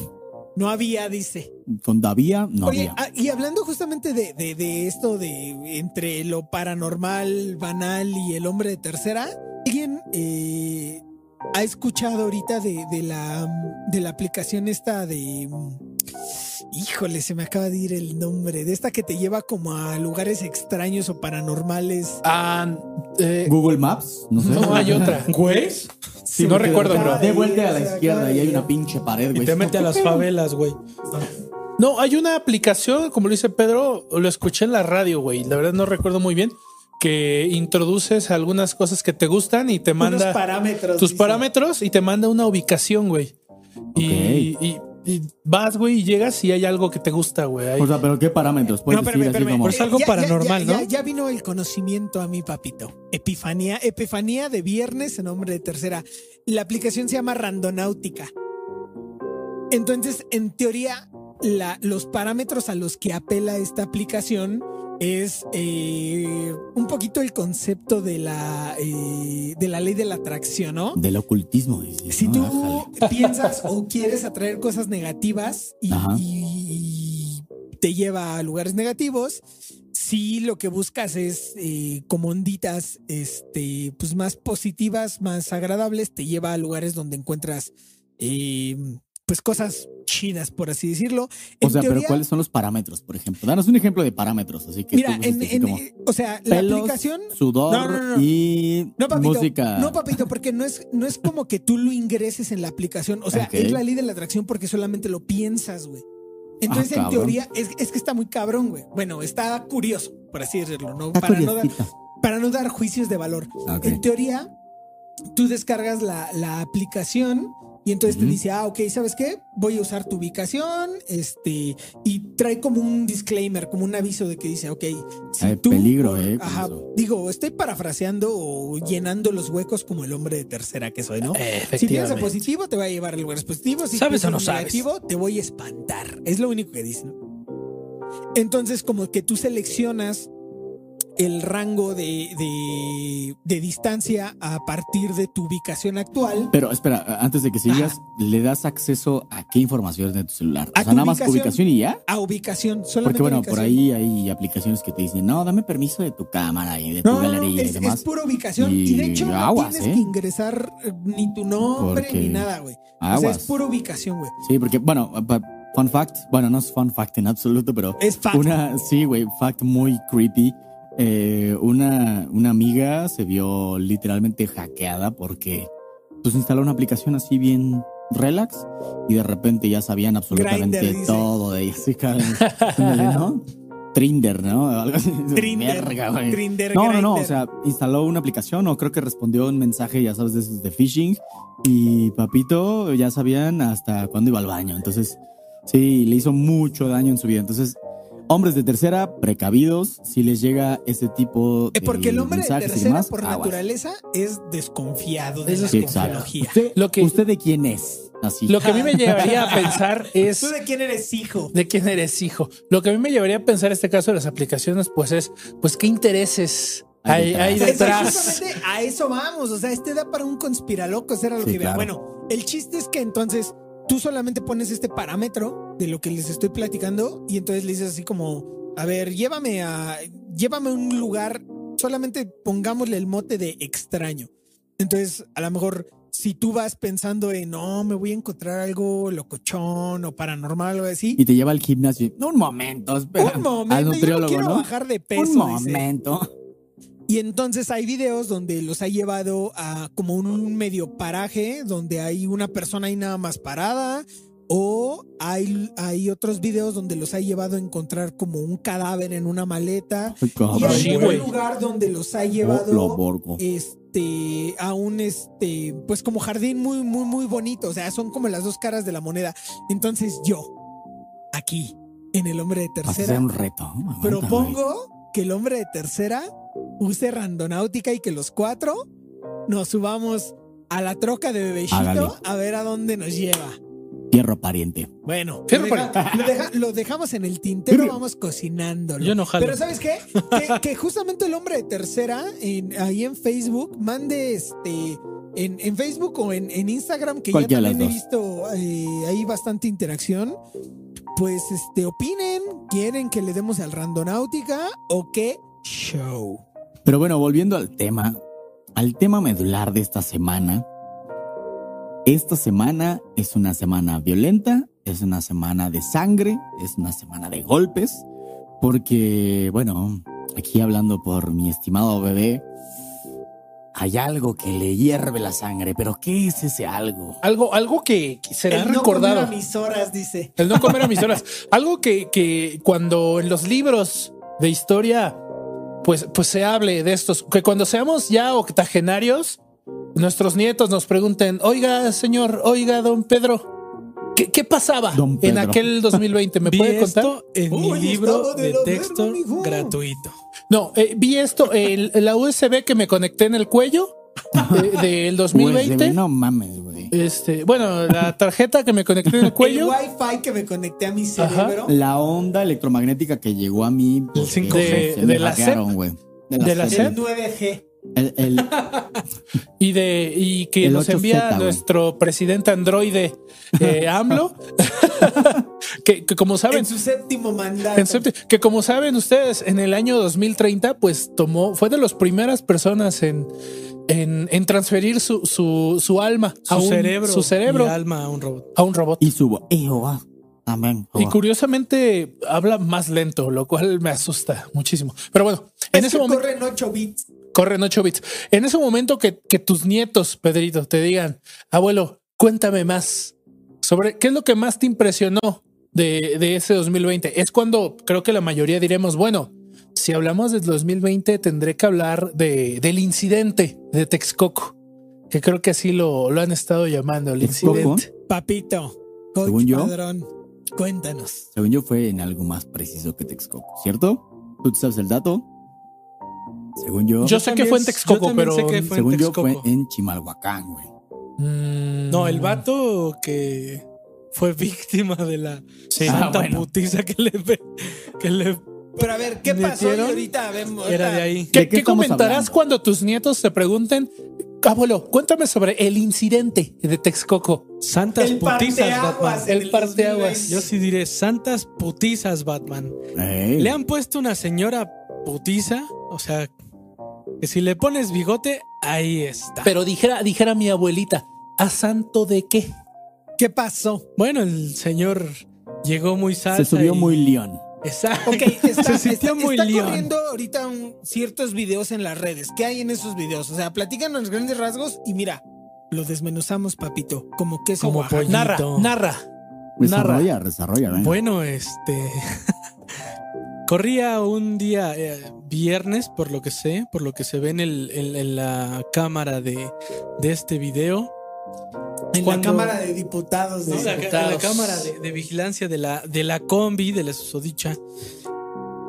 Speaker 1: No había, dice.
Speaker 2: Con Davía no
Speaker 1: Oye,
Speaker 2: había.
Speaker 1: ah, y hablando justamente de, de- de esto de entre lo paranormal, banal y el hombre de tercera, ¿alguien eh, ha escuchado ahorita de, de la, mm, de la aplicación esta de... mm, Híjole, se me acaba de ir el nombre, de esta que te lleva como a lugares extraños o paranormales.
Speaker 5: Ah, eh,
Speaker 2: Google Maps, no sé.
Speaker 5: no hay otra.
Speaker 3: Güey.
Speaker 2: Sí,
Speaker 5: no
Speaker 2: porque
Speaker 5: recuerdo,
Speaker 2: de-
Speaker 5: bro.
Speaker 2: De vuelta a la
Speaker 1: Sí,
Speaker 2: izquierda y hay
Speaker 1: sí.
Speaker 2: una pinche pared,
Speaker 3: Y
Speaker 2: güey.
Speaker 3: te mete a las favelas, güey.
Speaker 5: No, hay una aplicación, como lo dice Pedro, lo escuché en la radio, güey. La verdad no recuerdo muy bien que introduces algunas cosas que te gustan y te manda
Speaker 1: Unos parámetros.
Speaker 5: tus
Speaker 1: dice.
Speaker 5: parámetros y te manda una ubicación, güey. Y-
Speaker 2: Ok.
Speaker 5: Y, y vas, güey, y llegas y hay algo que te gusta, güey. Hay-
Speaker 2: O sea, pero ¿qué parámetros? Puedes
Speaker 1: No,
Speaker 2: decir
Speaker 1: espérame,
Speaker 2: así
Speaker 1: espérame.
Speaker 2: como.
Speaker 3: Por eso algo
Speaker 1: Ya, ya,
Speaker 3: paranormal,
Speaker 1: ya,
Speaker 3: ¿no?
Speaker 1: Ya, ya vino el conocimiento a mi papito. Epifanía, epifanía de viernes en nombre de tercera. La aplicación se llama Randonáutica. Entonces, en teoría, la- los parámetros a los que apela esta aplicación es eh, un poquito el concepto de la, eh, de la ley de la atracción, ¿no?
Speaker 2: Del ocultismo, dices,
Speaker 1: Si
Speaker 2: ¿no?
Speaker 1: tú
Speaker 2: Ájale.
Speaker 1: piensas o quieres atraer cosas negativas y,
Speaker 2: Ajá.
Speaker 1: y te lleva a lugares negativos, si lo que buscas es eh, como onditas este, pues más positivas, más agradables, te lleva a lugares donde encuentras eh, pues cosas chinas, por así decirlo.
Speaker 2: O
Speaker 1: En
Speaker 2: sea, pero
Speaker 1: teoría,
Speaker 2: ¿cuáles son los parámetros, por ejemplo? Danos un ejemplo de parámetros, así que.
Speaker 1: Mira,
Speaker 2: tú
Speaker 1: en,
Speaker 2: pusiste así
Speaker 1: en-
Speaker 2: como
Speaker 1: eh, o sea, la
Speaker 2: pelos,
Speaker 1: aplicación
Speaker 2: Sudor
Speaker 1: No, no, no, no.
Speaker 2: y
Speaker 1: No, papito.
Speaker 2: música.
Speaker 1: No, papito, porque no es, no es como que tú lo ingreses en la aplicación. O sea,
Speaker 2: Ok.
Speaker 1: es la ley de la atracción porque solamente lo piensas, güey. Entonces,
Speaker 2: Ah,
Speaker 1: en
Speaker 2: cabrón.
Speaker 1: teoría, es, es que está muy cabrón, güey. Bueno, está curioso, por así decirlo, ¿no?
Speaker 2: Está
Speaker 1: Para no, dar,
Speaker 2: curiosita.
Speaker 1: para no dar juicios de valor.
Speaker 2: Ok.
Speaker 1: En teoría, tú descargas la, la aplicación y entonces te
Speaker 2: Ujú.
Speaker 1: dice, ah, ok, ¿sabes qué? Voy a usar tu ubicación, este, y trae como un disclaimer, como un aviso de que dice, ok, si
Speaker 2: Hay
Speaker 1: tú-
Speaker 2: peligro, eh. con
Speaker 1: Ajá,
Speaker 2: eso.
Speaker 1: digo, estoy parafraseando o llenando los huecos como el hombre de tercera que soy, ¿no?
Speaker 2: Eh,
Speaker 1: Si piensas
Speaker 5: Efectivamente.
Speaker 1: positivo, te va a llevar a lugares positivos. Si
Speaker 5: ¿Sabes o
Speaker 1: piensas
Speaker 5: no sabes?
Speaker 1: negativo, te voy a espantar. Es lo único que dicen. Entonces, como que tú seleccionas el rango de, de- de distancia a partir de tu ubicación actual.
Speaker 2: Pero espera, antes de que sigas, ¿le das acceso a qué información de tu celular?
Speaker 1: A
Speaker 2: o sea,
Speaker 1: tu
Speaker 2: nada más
Speaker 1: ubicación.
Speaker 2: ubicación y ya.
Speaker 1: A ubicación, solamente
Speaker 2: Porque bueno, por
Speaker 1: ubicación.
Speaker 2: ahí hay aplicaciones que te dicen, no, dame permiso de tu cámara y de tu
Speaker 1: No, no, no,
Speaker 2: galería y
Speaker 1: es,
Speaker 2: demás.
Speaker 1: es pura ubicación. Y,
Speaker 2: Y
Speaker 1: de hecho,
Speaker 2: aguas,
Speaker 1: no tienes
Speaker 2: ¿eh?
Speaker 1: que ingresar eh, ni tu nombre ni
Speaker 2: Porque
Speaker 1: nada, güey. O sea,
Speaker 2: Aguas.
Speaker 1: es pura ubicación, güey.
Speaker 2: Sí, porque bueno, pa- fun fact, bueno, no es fun fact en absoluto, pero
Speaker 1: Es fact.
Speaker 2: una, sí, güey, fact muy creepy. Eh, una, una amiga se vio literalmente hackeada porque pues instaló una aplicación así bien relax y de repente ya sabían absolutamente
Speaker 1: Grindr, dice.
Speaker 2: todo de ella. Así, cabrón. Ándale, ¿no? Trinder, ¿no? Algo así.
Speaker 1: Trinder,
Speaker 2: Verga, güey.
Speaker 1: Trinder,
Speaker 2: No, no, no, o
Speaker 1: Grindr.
Speaker 2: sea, instaló una aplicación o creo que respondió un mensaje, ya sabes, de esos de phishing y papito ya sabían hasta cuándo iba al baño, entonces sí, le hizo mucho daño en su vida, entonces Hombres de tercera, precavidos, si les llega ese tipo de
Speaker 1: Eh, Porque el hombre de
Speaker 2: mensajes y
Speaker 1: tercera,
Speaker 2: demás,
Speaker 1: por
Speaker 2: aguas.
Speaker 1: naturaleza, es desconfiado de
Speaker 5: Es
Speaker 1: la
Speaker 2: Sí, exacto.
Speaker 1: tecnología.
Speaker 2: ¿Usted,
Speaker 5: Lo que-
Speaker 2: ¿Usted de quién es? Así.
Speaker 5: Lo que a mí me llevaría a pensar es
Speaker 1: ¿Tú de quién eres hijo?
Speaker 5: de quién eres hijo. Lo que a mí me llevaría a pensar este caso de las aplicaciones, pues es, pues qué intereses hay,
Speaker 2: Hay
Speaker 5: hay
Speaker 2: detrás.
Speaker 5: detrás.
Speaker 1: Exactamente, Pues a eso vamos. O sea, este da para un conspiralocos, era lo
Speaker 2: Sí,
Speaker 1: que veía.
Speaker 2: claro.
Speaker 1: Bueno, el chiste es que entonces tú solamente pones este parámetro de lo que les estoy platicando y entonces le dices así como, a ver, llévame a, llévame a un lugar, solamente pongámosle el mote de extraño. Entonces, a lo mejor, si tú vas pensando en, no, me voy a encontrar algo locochón o paranormal o algo así,
Speaker 2: Y te lleva al gimnasio. No, un momento, espera.
Speaker 1: un momento,
Speaker 2: al
Speaker 1: yo no
Speaker 2: nutriólogo,
Speaker 1: quiero
Speaker 2: ¿no?
Speaker 1: bajar de peso.
Speaker 2: un
Speaker 1: dice.
Speaker 2: momento.
Speaker 1: Y entonces hay videos donde los ha llevado a como un medio paraje donde hay una persona ahí nada más parada. O hay, hay otros videos donde los ha llevado a encontrar como un cadáver en una maleta.
Speaker 2: Ay,
Speaker 1: Y
Speaker 2: cabrón.
Speaker 1: hay
Speaker 5: sí,
Speaker 1: otro
Speaker 5: güey.
Speaker 1: lugar donde los ha
Speaker 2: Ah, Lo- Lo
Speaker 1: llevado
Speaker 2: borgo.
Speaker 1: este, a un este, pues como jardín muy, muy, muy bonito. O sea, son como las dos caras de la moneda. Entonces yo, aquí, en el hombre de
Speaker 2: Hacer
Speaker 1: tercera,
Speaker 2: un reto. Aguanta, güey.
Speaker 1: Propongo que el hombre de tercera use randonáutica y que los cuatro nos subamos a la troca de
Speaker 2: Hágale.
Speaker 1: Bebechito a ver a dónde nos lleva.
Speaker 2: Fierro pariente.
Speaker 1: Bueno, lo,
Speaker 5: Fierro
Speaker 1: deja- lo deja- lo dejamos en el tintero, vamos cocinándolo.
Speaker 3: Yo no jalo.
Speaker 1: Pero ¿sabes qué? Que, que justamente el hombre de tercera, en- ahí en Facebook, mande este... En, en Facebook o en, en Instagram, que ya
Speaker 2: Cualquiera de
Speaker 1: también he
Speaker 2: las
Speaker 1: visto eh, ahí bastante interacción, pues este opinen, quieren que le demos al Randonáutica o qué show.
Speaker 2: Pero bueno, volviendo al tema, al tema medular de esta semana. Esta semana es una semana violenta, es una semana de sangre, es una semana de golpes, porque, bueno, aquí hablando por mi estimado bebé, hay algo que le hierve la sangre, pero ¿qué es ese algo?
Speaker 5: Algo, algo que, que será recordado.
Speaker 1: comer a mis horas, dice.
Speaker 5: El no comer a mis horas. Algo que, que cuando en los libros de historia, pues, pues se hable de estos, que cuando seamos ya octogenarios, nuestros nietos nos pregunten, oiga, señor, oiga, don Pedro, ¿qué, qué pasaba
Speaker 2: Don
Speaker 5: en
Speaker 2: Pedro".
Speaker 5: aquel 2020? ¿Me
Speaker 3: Vi
Speaker 5: puede contar?
Speaker 3: esto en mi
Speaker 1: Uy,
Speaker 3: libro
Speaker 1: estaba de
Speaker 3: de,
Speaker 1: la
Speaker 3: texto
Speaker 1: verga, mijo.
Speaker 3: gratuito.
Speaker 5: No, eh, vi esto, el, la USB que me conecté en el cuello eh, del
Speaker 2: USB,
Speaker 5: 2020.
Speaker 2: Pues, no mames, güey.
Speaker 5: Este, bueno, la tarjeta que me conecté en el
Speaker 1: El
Speaker 5: cuello.
Speaker 1: wifi que me conecté a mi
Speaker 5: Ajá.
Speaker 1: cerebro.
Speaker 2: La onda electromagnética que llegó a mí porque
Speaker 5: 5G.
Speaker 2: se
Speaker 5: De-
Speaker 2: me
Speaker 5: de la
Speaker 2: hackearon, güey.
Speaker 5: De la
Speaker 2: SEP.
Speaker 1: El 9G.
Speaker 2: El- el-
Speaker 5: Y de y que
Speaker 2: El
Speaker 5: nos
Speaker 2: 8Z,
Speaker 5: envía
Speaker 2: güey.
Speaker 5: nuestro presidente androide eh, AMLO. que, que como saben,
Speaker 1: En su séptimo mandato.
Speaker 5: en septi- que como saben ustedes, en el año 2030, pues tomó, fue de las primeras personas en, en, en transferir su, su, su alma
Speaker 3: Su
Speaker 5: a un,
Speaker 3: cerebro.
Speaker 5: su cerebro
Speaker 3: y alma a un robot.
Speaker 5: a un robot.
Speaker 2: y su voz. Y Jehová. Amén.
Speaker 5: Y
Speaker 2: Jehová.
Speaker 5: curiosamente habla más lento, lo cual me asusta muchísimo. Pero bueno, en
Speaker 1: Es
Speaker 5: ese
Speaker 1: que
Speaker 5: momento
Speaker 1: corren 8 bits.
Speaker 5: corren 8 bits. En ese momento que, que tus nietos, Pedrito, te digan, abuelo, cuéntame más sobre qué es lo que más te impresionó de, de ese 2020. Es cuando creo que la mayoría diremos, bueno, si hablamos del 2020, tendré que hablar de, del incidente de Texcoco, que creo que así lo, lo han estado llamando, el
Speaker 2: ¿Texcoco?
Speaker 5: incidente.
Speaker 1: Papito, coach
Speaker 2: Según yo.
Speaker 1: padrón, cuéntanos.
Speaker 2: Según yo fue en algo más preciso que Texcoco, ¿cierto? ¿Tú te sabes el dato? Según yo,
Speaker 5: Yo sé que
Speaker 3: también-
Speaker 5: fue en Texcoco,
Speaker 3: yo también
Speaker 5: pero...
Speaker 3: sé que fue en
Speaker 2: según yo fue
Speaker 3: Texcoco.
Speaker 2: en Chimalhuacán, güey.
Speaker 5: Mm.
Speaker 3: No, el vato que fue víctima de la
Speaker 5: Sí.
Speaker 3: santa
Speaker 5: Ah, bueno.
Speaker 3: putiza que le, pe- que le
Speaker 1: Pero a ver, ¿qué pasó? Y
Speaker 3: Metieron-
Speaker 1: ahorita vemos.
Speaker 3: era
Speaker 1: ahorita-
Speaker 3: de ahí.
Speaker 5: ¿Qué,
Speaker 2: ¿De qué
Speaker 5: qué
Speaker 2: estamos
Speaker 5: comentarás
Speaker 2: hablando?
Speaker 5: cuando tus nietos te pregunten, abuelo, cuéntame sobre el incidente de Texcoco?
Speaker 3: Santas
Speaker 1: El
Speaker 3: putizas,
Speaker 1: parteaguas
Speaker 3: Batman.
Speaker 1: en
Speaker 5: El parteaguas.
Speaker 1: 2020.
Speaker 3: Yo sí diré santas putizas, Batman.
Speaker 2: Ey,
Speaker 3: Le han puesto una señora putiza, o sea, que si le pones bigote, ahí está.
Speaker 5: Pero dijera, dijera mi abuelita, ¿a santo de qué?
Speaker 1: ¿Qué pasó?
Speaker 3: bueno, el señor llegó muy salsa.
Speaker 2: se subió
Speaker 3: y-
Speaker 2: muy león.
Speaker 3: Exacto.
Speaker 1: Ok, está,
Speaker 3: se
Speaker 1: está,
Speaker 3: sintió muy
Speaker 1: está
Speaker 3: león.
Speaker 1: corriendo ahorita un- ciertos videos en las redes. ¿Qué hay en esos videos? O sea, platícanos los grandes rasgos y mira, lo desmenuzamos, papito, como queso
Speaker 3: Como
Speaker 1: Oaxaca.
Speaker 3: pollo.
Speaker 5: Narra,
Speaker 3: Pollito.
Speaker 5: narra.
Speaker 2: Desarrolla, desarrolla, güey.
Speaker 3: Bueno, este. Corría un día eh, viernes, por lo que sé, por lo que se ve en, el- en- en la cámara de, de este video.
Speaker 1: En
Speaker 3: Cuando-
Speaker 1: la Cámara de Diputados.
Speaker 3: No,
Speaker 1: dice.
Speaker 3: la, ca-
Speaker 5: Diputados.
Speaker 3: la cámara de, de vigilancia de la, de la combi, de la susodicha,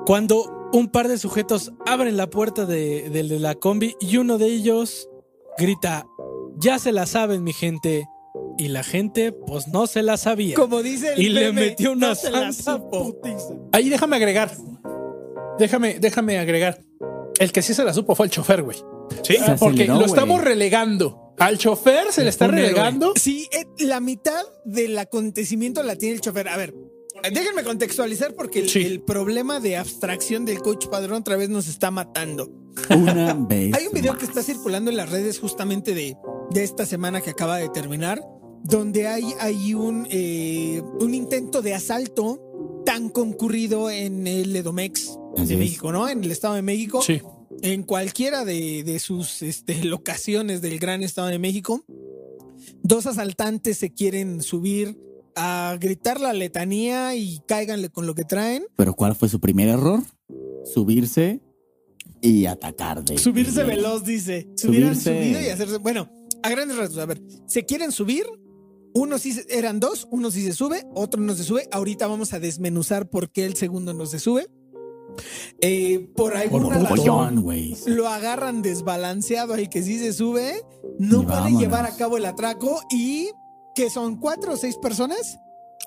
Speaker 3: Cuando un par de sujetos abren la puerta de, del de la combi y uno de ellos grita, ya se la saben mi gente. Y la gente pues no se la sabía.
Speaker 1: Como dice el
Speaker 3: Y le
Speaker 1: meme,
Speaker 3: metió una
Speaker 1: no se la
Speaker 3: santa
Speaker 1: supo.
Speaker 5: Ahí déjame agregar. Déjame, déjame agregar. El que sí se la supo fue el chofer, güey. Ah,
Speaker 6: Sí.
Speaker 2: Se
Speaker 5: Porque
Speaker 2: aceleró,
Speaker 5: lo
Speaker 2: güey.
Speaker 5: estamos relegando. Al chofer se le está
Speaker 3: Un héroe.
Speaker 5: relegando.
Speaker 1: Sí, eh, la mitad del acontecimiento la tiene el chofer. A ver, déjenme contextualizar porque el,
Speaker 5: Sí.
Speaker 1: el problema de abstracción del coach padrón otra vez nos está matando.
Speaker 2: Una vez.
Speaker 1: Hay un video que
Speaker 2: más.
Speaker 1: está circulando en las redes justamente de, de esta semana que acaba de terminar, donde hay, hay un, eh, un intento de asalto tan concurrido en el Edomex
Speaker 2: Así
Speaker 1: de
Speaker 2: es.
Speaker 1: México, ¿no? En el Estado de México
Speaker 5: Sí.
Speaker 1: en cualquiera de, de sus este, locaciones del gran Estado de México, dos asaltantes se quieren subir a gritar la letanía y cáiganle con lo que traen.
Speaker 2: Pero ¿cuál fue su primer error? Subirse y atacar de.
Speaker 1: Subirse
Speaker 2: de-
Speaker 1: veloz, dice. Subirse.
Speaker 2: Subirse.
Speaker 1: subido y hacerse. Bueno, a grandes rasgos, a ver, se quieren subir. Uno sí se- eran dos, uno sí se sube, otro no se sube. Ahorita vamos a desmenuzar por qué el segundo no se sube. Eh, por
Speaker 2: Por
Speaker 1: alguna razón,
Speaker 2: pollón, güey.
Speaker 1: lo agarran desbalanceado al que sí se sube, no
Speaker 2: Y
Speaker 1: puede
Speaker 2: vámonos.
Speaker 1: llevar a cabo el atraco y que son cuatro o seis personas,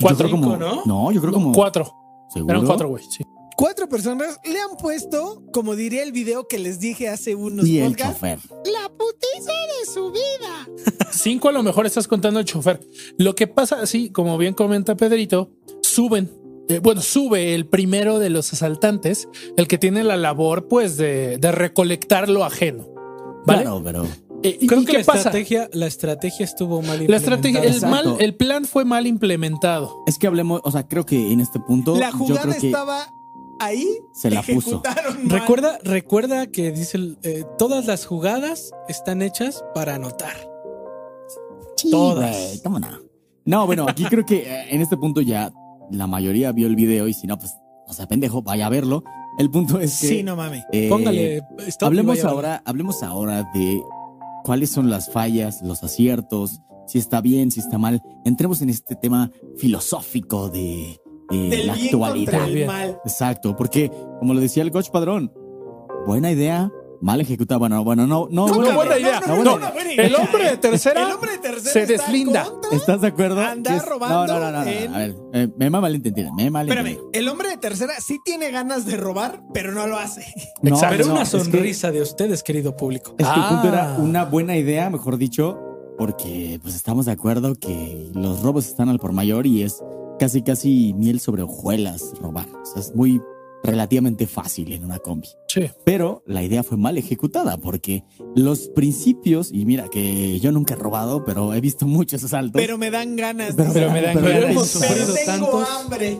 Speaker 5: Cuatro,
Speaker 2: Yo creo como-
Speaker 5: ¿no?
Speaker 2: No, yo creo como.
Speaker 5: Cuatro.
Speaker 2: ¿seguro?
Speaker 5: Eran cuatro, güey. Sí.
Speaker 1: cuatro personas le han puesto, como diría el video que les dije hace unos
Speaker 2: Y el
Speaker 1: podcasts,
Speaker 2: chofer.
Speaker 1: la putiza de su vida.
Speaker 5: Cinco a lo mejor estás contando el chofer. Lo que pasa, sí, como bien comenta Pedrito, suben. eh, bueno, sube el primero de los asaltantes, el que tiene la labor, pues, de, de recolectar lo ajeno. ¿Vale?
Speaker 2: Claro, pero.
Speaker 5: Eh, ¿Y,
Speaker 3: Creo
Speaker 5: y
Speaker 3: que
Speaker 5: qué
Speaker 3: la
Speaker 5: pasa?
Speaker 3: estrategia, la estrategia estuvo mal
Speaker 5: La estrategia, el,
Speaker 3: implementada.
Speaker 5: mal,
Speaker 2: Exacto. Eh,
Speaker 5: el plan fue mal implementado.
Speaker 2: Es que hablemos, o sea, creo que en este punto.
Speaker 1: La
Speaker 2: yo
Speaker 1: jugada
Speaker 2: creo que
Speaker 1: estaba ahí,
Speaker 2: se la puso.
Speaker 1: ejecutaron mal.
Speaker 3: Recuerda, recuerda que dice el- eh, todas las jugadas están hechas para anotar.
Speaker 2: Sí,
Speaker 3: Todas.
Speaker 2: güey, ¿Cómo no? No, bueno, aquí creo que eh, en este punto ya la mayoría vio el video y si no, pues, o sea, pendejo, vaya a verlo. El punto es que.
Speaker 1: Sí, no mames.
Speaker 2: eh,
Speaker 3: Póngale. stop y
Speaker 2: Hablemos
Speaker 3: vaya a-
Speaker 2: ahora, hablemos ahora de cuáles son las fallas, los aciertos, si está bien, si está mal. Entremos en este tema filosófico de, de
Speaker 1: Del
Speaker 2: la
Speaker 1: bien contra
Speaker 2: actualidad.
Speaker 1: el mal.
Speaker 2: Exacto, porque como lo decía el coach padrón, buena idea, mal ejecutada. Bueno, bueno, no, no,
Speaker 1: No,
Speaker 2: bueno,
Speaker 1: cabrón,
Speaker 5: buena idea.
Speaker 2: No,
Speaker 1: no,
Speaker 2: buena
Speaker 1: no, buena idea.
Speaker 5: El hombre de tercera
Speaker 1: El hombre de tercera
Speaker 5: se
Speaker 1: está
Speaker 5: deslinda.
Speaker 1: contra-
Speaker 2: ¿Estás de acuerdo?
Speaker 1: Andar
Speaker 2: Que es-
Speaker 1: robando
Speaker 2: No, no, no, no, no,
Speaker 1: en-
Speaker 2: A ver, eh, me malentendieron, me
Speaker 1: Espérame,
Speaker 2: malentendieron.
Speaker 1: el hombre de tercera sí tiene ganas de robar, pero no lo hace.
Speaker 2: No,
Speaker 5: Exacto.
Speaker 3: Pero
Speaker 2: no,
Speaker 3: una
Speaker 2: es que-
Speaker 3: sonrisa de ustedes, querido público.
Speaker 2: Es que el punto
Speaker 5: Ah.
Speaker 2: era una buena idea, mejor dicho, porque pues estamos de acuerdo que los robos están al por mayor y es casi casi miel sobre hojuelas robar. O sea, es muy relativamente fácil en una combi.
Speaker 5: Sí.
Speaker 2: Pero la idea fue mal ejecutada porque los principios, y mira que yo nunca he robado, pero he visto muchos asaltos.
Speaker 1: Pero me dan ganas.
Speaker 2: Pero-
Speaker 1: dice.
Speaker 5: pero me dan
Speaker 2: pero
Speaker 5: ganas.
Speaker 2: hemos
Speaker 1: Pero
Speaker 2: sufrido
Speaker 1: tengo
Speaker 3: tantos.
Speaker 1: hambre.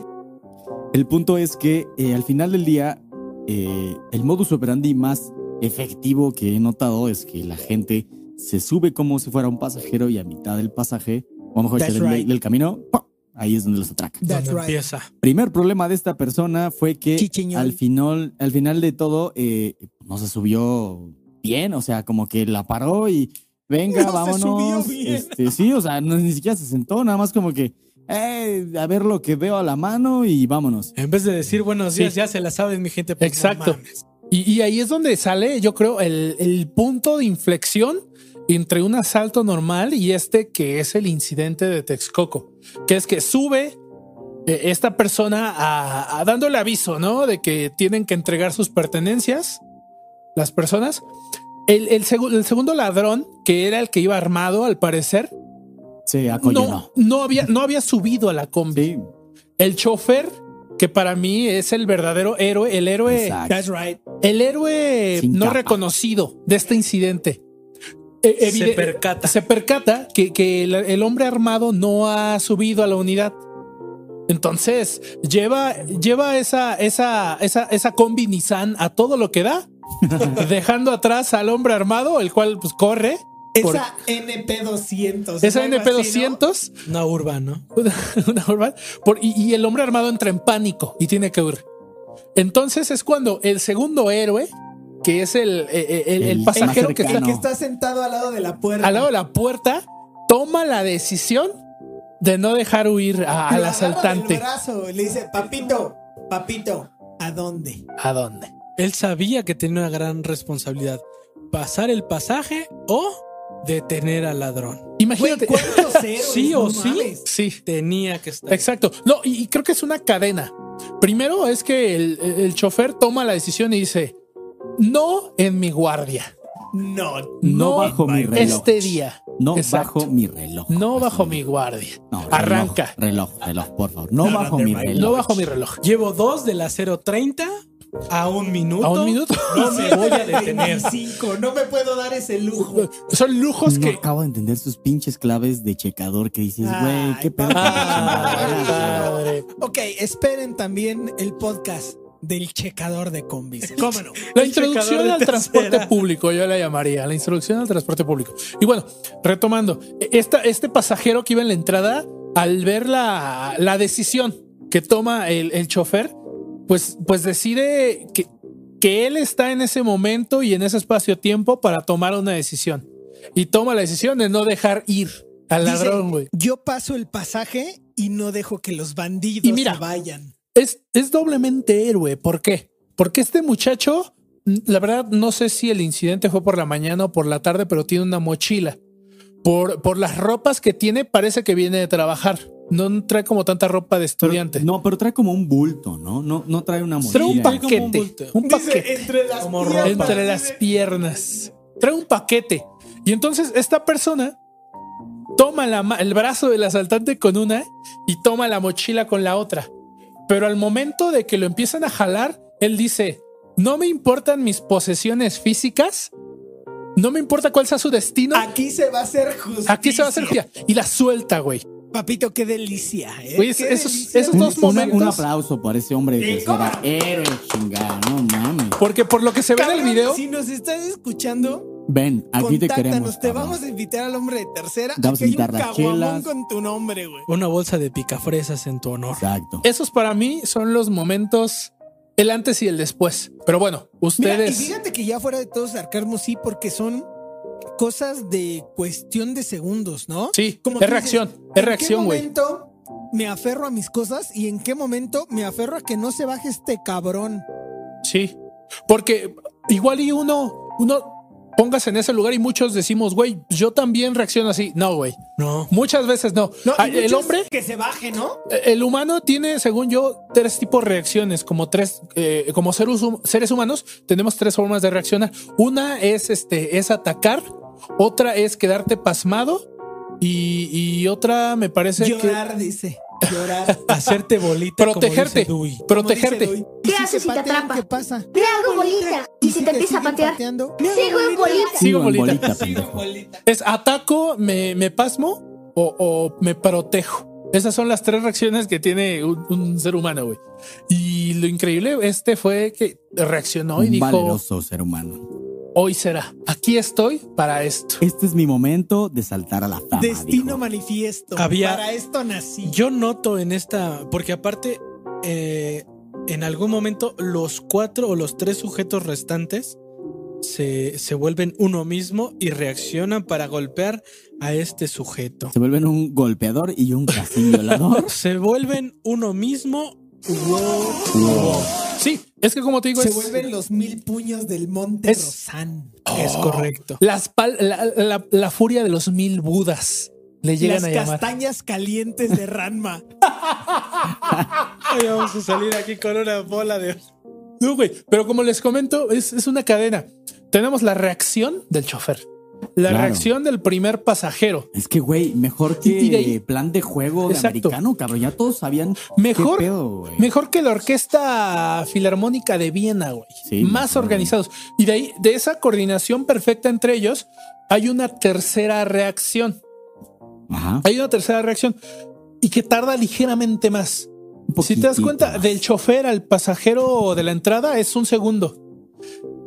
Speaker 2: El punto es que eh, al final del día, eh, el modus operandi más efectivo que he notado es que la gente se sube como si fuera un pasajero y a mitad del pasaje, o a lo mejor
Speaker 1: That's
Speaker 2: del,
Speaker 1: right.
Speaker 2: del camino, ¡pum! ahí es donde los atraca.
Speaker 1: That's
Speaker 3: Donde
Speaker 1: right.
Speaker 3: empieza.
Speaker 2: Primer problema de esta persona fue que
Speaker 1: Chichiñol.
Speaker 2: al final, al final de todo eh, no se subió bien, o sea, como que la paró y venga,
Speaker 1: No se
Speaker 2: vámonos.
Speaker 1: subió bien.
Speaker 2: Este, sí, o sea, no- ni siquiera se sentó, nada más como que eh, a ver lo que veo a la mano y vámonos.
Speaker 3: En vez de decir buenos días,
Speaker 5: Sí.
Speaker 3: ya se la saben, mi gente. pues, no
Speaker 5: Exacto.
Speaker 3: mames.
Speaker 5: Y, y ahí es donde sale, yo creo, el, el punto de inflexión entre un asalto normal y este que es el incidente de Texcoco, que es que sube eh, esta persona a, a dándole aviso, ¿no? De que tienen que entregar sus pertenencias, las personas. El, el segu- el segundo ladrón, que era el que iba armado, al parecer,
Speaker 2: Se acollonó.
Speaker 5: no, no, había, no había subido a la combi.
Speaker 2: Sí,
Speaker 5: El chofer, que para mí es el verdadero héroe, el héroe...
Speaker 2: exacto.
Speaker 1: That's right.
Speaker 5: El héroe
Speaker 2: Sin
Speaker 5: no
Speaker 2: capa.
Speaker 5: reconocido de este incidente. Eh,
Speaker 3: Se
Speaker 5: evide-
Speaker 3: percata.
Speaker 5: se percata que, que el, el hombre armado no ha subido a la unidad. Entonces, lleva, lleva esa, esa, esa, esa combi Nissan a todo lo que da, dejando atrás al hombre armado, el cual pues, corre. por-
Speaker 1: Esa NP200.
Speaker 5: esa
Speaker 1: algo Pues así, ¿no?
Speaker 5: NP200
Speaker 3: Una urba, ¿no?
Speaker 5: una, una urban, por- y, y el hombre armado entra en pánico y tiene que huir. Entonces es cuando el segundo héroe, que es el, eh, eh, el- el
Speaker 2: El
Speaker 5: pasajero
Speaker 2: más
Speaker 5: que está
Speaker 2: cercano.
Speaker 1: Que está sentado al lado de la puerta.
Speaker 5: al lado de la puerta, toma la decisión de no dejar huir
Speaker 1: Lo
Speaker 5: a- al
Speaker 1: agarra del
Speaker 5: asaltante.
Speaker 1: brazo y le dice, papito, papito, ¿A dónde?
Speaker 5: ¿A dónde?
Speaker 3: Él sabía que tenía una gran responsabilidad. Pasar el pasaje o detener al ladrón.
Speaker 1: Güey,
Speaker 5: Imagínate.
Speaker 1: ¿cuántos ceros?
Speaker 3: Sí o
Speaker 1: No
Speaker 3: sí.
Speaker 1: mames.
Speaker 5: sí,
Speaker 3: Tenía que estar.
Speaker 5: exacto. No, y, y creo que es una cadena. Primero es que el, el chofer toma la decisión y dice, no en mi guardia,
Speaker 1: No,
Speaker 2: No bajo mi
Speaker 1: vaya.
Speaker 2: reloj.
Speaker 5: este día,
Speaker 2: No
Speaker 5: Exacto.
Speaker 2: bajo mi reloj.
Speaker 5: no
Speaker 2: Así
Speaker 5: bajo
Speaker 2: me-
Speaker 5: mi guardia.
Speaker 2: No, reloj,
Speaker 5: Arranca.
Speaker 2: Reloj, reloj, por favor. No,
Speaker 1: No, no,
Speaker 2: bajo
Speaker 1: te
Speaker 2: mi
Speaker 1: vayas.
Speaker 2: reloj.
Speaker 5: No bajo mi reloj.
Speaker 3: Llevo dos de la 0.30 a un minuto.
Speaker 5: A un minuto.
Speaker 3: No me voy a detener.
Speaker 1: 25, no me puedo dar ese lujo.
Speaker 5: Son lujos
Speaker 2: No
Speaker 5: que
Speaker 2: acabo de entender sus pinches claves de checador que dices, güey,
Speaker 1: Ay,
Speaker 2: qué pedo.
Speaker 1: papá.
Speaker 5: padre.
Speaker 1: Ok, esperen también el podcast del checador de combis.
Speaker 3: ¿Cómo no?
Speaker 5: La
Speaker 3: El checador
Speaker 5: introducción
Speaker 3: de
Speaker 5: al transporte
Speaker 3: tercera.
Speaker 5: público, yo la llamaría, la introducción al transporte público. Y bueno, retomando, esta, este pasajero que iba en la entrada, al ver la, la decisión que toma el, el chofer, pues, pues decide que, que él está en ese momento y en ese espacio-tiempo para tomar una decisión. Y toma la decisión de no dejar ir al
Speaker 1: Dice,
Speaker 5: ladrón, güey.
Speaker 1: Yo paso el pasaje y no dejo que los bandidos
Speaker 5: Y mira.
Speaker 1: se vayan.
Speaker 5: Es, es doblemente héroe. ¿Por qué? Porque este muchacho, n- la verdad, no sé si el incidente fue por la mañana o por la tarde, pero tiene una mochila. Por, por las ropas que tiene, parece que viene de trabajar. No trae como tanta ropa de estudiante.
Speaker 2: No, pero trae como un bulto, ¿no? No, no trae una mochila.
Speaker 5: trae un
Speaker 3: Trae como
Speaker 5: paquete.
Speaker 3: un
Speaker 5: Un,
Speaker 3: bulto.
Speaker 5: paquete
Speaker 1: entre las
Speaker 3: Como
Speaker 1: piernas,
Speaker 3: ropa.
Speaker 5: entre las
Speaker 1: dice,
Speaker 5: piernas. Trae un paquete. Y entonces esta persona toma la ma- el brazo del asaltante con una y toma la mochila con la otra. Pero al momento de que lo empiezan a jalar, él dice, no me importan mis posesiones físicas, no me importa cuál sea su destino,
Speaker 1: Aquí se va a hacer justicia.
Speaker 5: aquí se va a hacer... justicia". Y la suelta, güey.
Speaker 1: Papito, qué delicia. ¿eh?
Speaker 5: Güey, es-
Speaker 1: Qué
Speaker 5: esos-
Speaker 1: delicia.
Speaker 5: esos
Speaker 2: Un-
Speaker 5: dos
Speaker 2: una-
Speaker 5: momentos.
Speaker 2: Un aplauso para ese hombre de
Speaker 1: Sí,
Speaker 2: tercera.
Speaker 1: ¿cómo?
Speaker 2: Héroe, chingada, no mames.
Speaker 5: Porque por lo que se ve en el
Speaker 1: Cabrón,
Speaker 5: video,
Speaker 1: Si nos estás escuchando,
Speaker 2: Ven, aquí te queremos.
Speaker 1: contáctanos. Te
Speaker 2: cabrón.
Speaker 1: vamos a invitar al hombre de tercera.
Speaker 2: Te vamos
Speaker 1: Aquí
Speaker 2: a
Speaker 1: hay un
Speaker 2: invitar las
Speaker 1: caguamón
Speaker 2: chelas.
Speaker 1: con tu nombre, güey.
Speaker 3: Una bolsa de picafresas en tu honor.
Speaker 2: Exacto.
Speaker 5: esos para mí son los momentos, el antes y el después. Pero bueno,
Speaker 1: Mira, y
Speaker 5: ustedes...
Speaker 1: fíjate que ya fuera de todo sarcasmo, sí, porque son cosas de cuestión de segundos, ¿no?
Speaker 5: Sí,
Speaker 1: Como
Speaker 5: es
Speaker 1: tú dices,
Speaker 5: reacción, es reacción,
Speaker 1: ¿En
Speaker 5: güey.
Speaker 1: qué momento me aferro a mis cosas y en qué momento me aferro a que no se baje este cabrón?
Speaker 5: Sí. Porque igual y uno, uno pongas en ese lugar y muchos decimos, güey, yo también reacciono así. No, güey.
Speaker 3: No.
Speaker 5: Muchas veces no. Ah,
Speaker 1: y
Speaker 5: el
Speaker 1: muchos
Speaker 5: hombre,
Speaker 1: Que se baje, ¿no?
Speaker 5: el humano tiene, según yo, tres tipos de reacciones. Como tres, eh, como seres, hum- seres humanos, tenemos tres formas de reaccionar. Una es este, es atacar, otra es quedarte pasmado. Y, y otra me parece que
Speaker 1: Llorar, dice. Llorar.
Speaker 3: Hacerte bolita.
Speaker 5: Protegerte.
Speaker 3: Como dice Dewey.
Speaker 5: protegerte.
Speaker 1: ¿Qué
Speaker 6: haces si te atrapa?
Speaker 1: ¿Qué pasa?
Speaker 6: Ve algo bolita. Y si te empieza a
Speaker 1: siguen
Speaker 6: patear,
Speaker 1: pateando?
Speaker 6: sigo en bolita.
Speaker 5: Sigo
Speaker 2: en
Speaker 5: bolita.
Speaker 2: pendejo.
Speaker 5: Es ataco, me, me pasmo o, o me protejo. Esas son las tres reacciones que tiene un, un ser humano, güey. Y lo increíble este fue que reaccionó y
Speaker 2: Un
Speaker 5: dijo,
Speaker 2: valeroso ser humano.
Speaker 5: hoy será, aquí estoy para esto.
Speaker 2: Este es mi momento de saltar a la fama.
Speaker 1: Destino
Speaker 2: dijo.
Speaker 1: manifiesto.
Speaker 3: Había-
Speaker 1: Para esto nací.
Speaker 3: Yo noto en esta, porque aparte, eh, en algún momento los cuatro o los tres sujetos restantes se, se vuelven uno mismo y reaccionan para golpear a este sujeto.
Speaker 2: Se vuelven un golpeador y un casi violador.
Speaker 3: Se vuelven uno mismo.
Speaker 5: Sí, es que como te digo,
Speaker 1: se
Speaker 5: es-
Speaker 1: vuelven los mil puños del monte
Speaker 5: Es- Oh.
Speaker 1: Rosán.
Speaker 3: Es correcto.
Speaker 5: las pal- la, la- la furia de los mil budas le llegan
Speaker 1: Las
Speaker 5: a llamar.
Speaker 1: castañas calientes de Ranma.
Speaker 3: Ay, vamos a salir aquí con una bola de.
Speaker 5: No, güey, pero como les comento, es, es una cadena. Tenemos la reacción del chofer, la
Speaker 2: Claro.
Speaker 5: reacción del primer pasajero,
Speaker 2: Es que, güey, mejor que
Speaker 5: Y- y de ahí-
Speaker 2: plan de juego de
Speaker 5: Exacto.
Speaker 2: americano, cabrón. Ya todos sabían
Speaker 5: Mejor-
Speaker 2: qué pedo, güey.
Speaker 5: Mejor que la Orquesta Filarmónica de Viena, güey.
Speaker 2: Sí, Mm.
Speaker 5: Más
Speaker 2: mejor.
Speaker 5: organizados. Y de ahí, de esa coordinación perfecta entre ellos, hay una tercera reacción.
Speaker 2: Ajá.
Speaker 5: Hay una tercera reacción y que tarda ligeramente más.
Speaker 2: Un
Speaker 5: Si te das
Speaker 2: poquitito
Speaker 5: cuenta,
Speaker 2: más.
Speaker 5: del chofer al pasajero de la entrada es un segundo.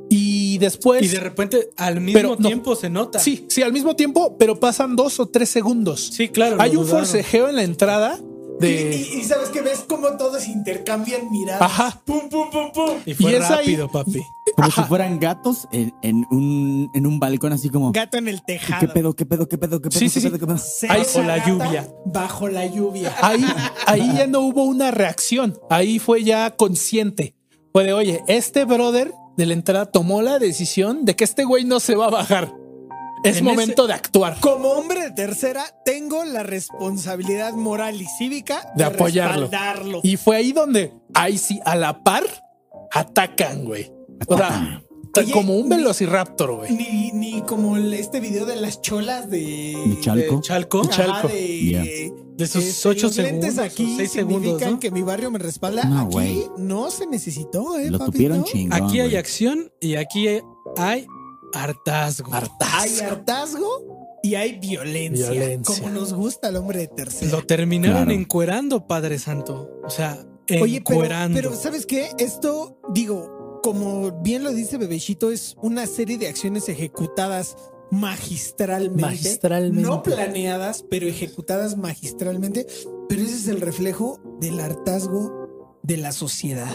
Speaker 5: Y después.
Speaker 3: Y de repente al mismo
Speaker 5: Pero no.
Speaker 3: tiempo se nota.
Speaker 5: Sí, sí, al mismo tiempo, pero pasan dos o tres segundos.
Speaker 3: sí, claro.
Speaker 5: hay
Speaker 3: lo
Speaker 5: un
Speaker 3: dudaron.
Speaker 5: forcejeo en la entrada de.
Speaker 1: Y, y- y sabes que ves cómo todos intercambian miradas.
Speaker 5: Ajá.
Speaker 1: Pum, pum, pum, pum.
Speaker 3: Y fue
Speaker 5: y es ahí-
Speaker 3: rápido, papi.
Speaker 2: Como
Speaker 5: Ajá.
Speaker 2: si fueran gatos en, en un, en un balcón, así como.
Speaker 1: Gato en el tejado.
Speaker 2: ¿Qué pedo, qué pedo, qué pedo, qué pedo,
Speaker 5: Sí,
Speaker 2: qué
Speaker 5: sí,
Speaker 2: pedo,
Speaker 5: sí.
Speaker 2: qué pedo?
Speaker 1: Cero
Speaker 5: Ahí- o la Ah.
Speaker 1: gata
Speaker 3: lluvia.
Speaker 1: Bajo la lluvia.
Speaker 5: Ahí, ahí ya no hubo una reacción, ahí fue ya consciente. fue de, oye, este brother de la entrada tomó la decisión de que este güey no se va a bajar. Es
Speaker 3: En
Speaker 5: momento de actuar.
Speaker 1: Como hombre de tercera, tengo la responsabilidad moral y cívica
Speaker 5: De apoyarlo.
Speaker 1: respaldarlo.
Speaker 5: Y fue ahí donde, ahí sí, a la par, atacan, güey. O sea,
Speaker 1: Oye,
Speaker 5: como un
Speaker 1: ni-
Speaker 5: velociraptor, güey.
Speaker 1: Ni, ni como el- este video de las cholas de.
Speaker 2: ¿De Chalco?
Speaker 3: Chalco.
Speaker 1: Ajá,
Speaker 5: Chalco.
Speaker 1: De,
Speaker 2: Ya.
Speaker 3: De esos
Speaker 1: este,
Speaker 3: ocho
Speaker 1: los lentes
Speaker 3: segundos,
Speaker 1: aquí
Speaker 3: o seis
Speaker 1: significan
Speaker 3: segundos, ¿no?
Speaker 1: que mi barrio me respalda.
Speaker 2: No,
Speaker 1: aquí
Speaker 2: güey.
Speaker 1: no se necesitó, ¿eh?
Speaker 2: Lo
Speaker 1: papito?
Speaker 2: tupieron chingón.
Speaker 3: Aquí hay
Speaker 2: güey.
Speaker 3: acción y aquí hay hartazgo.
Speaker 1: Hay
Speaker 5: Hartazgo.
Speaker 1: hartazgo y hay violencia.
Speaker 5: Violencia.
Speaker 1: Como nos gusta al hombre de tercera.
Speaker 3: Lo terminaron
Speaker 2: Claro.
Speaker 3: encuerando, Padre Santo. O sea,
Speaker 1: Oye, pero,
Speaker 3: encuerando.
Speaker 1: pero ¿sabes qué? Esto, digo, como bien lo dice Bebecito, es una serie de acciones ejecutadas magistralmente.
Speaker 5: Magistralmente.
Speaker 1: No planeadas, pero ejecutadas magistralmente. Pero ese es el reflejo del hartazgo de la sociedad.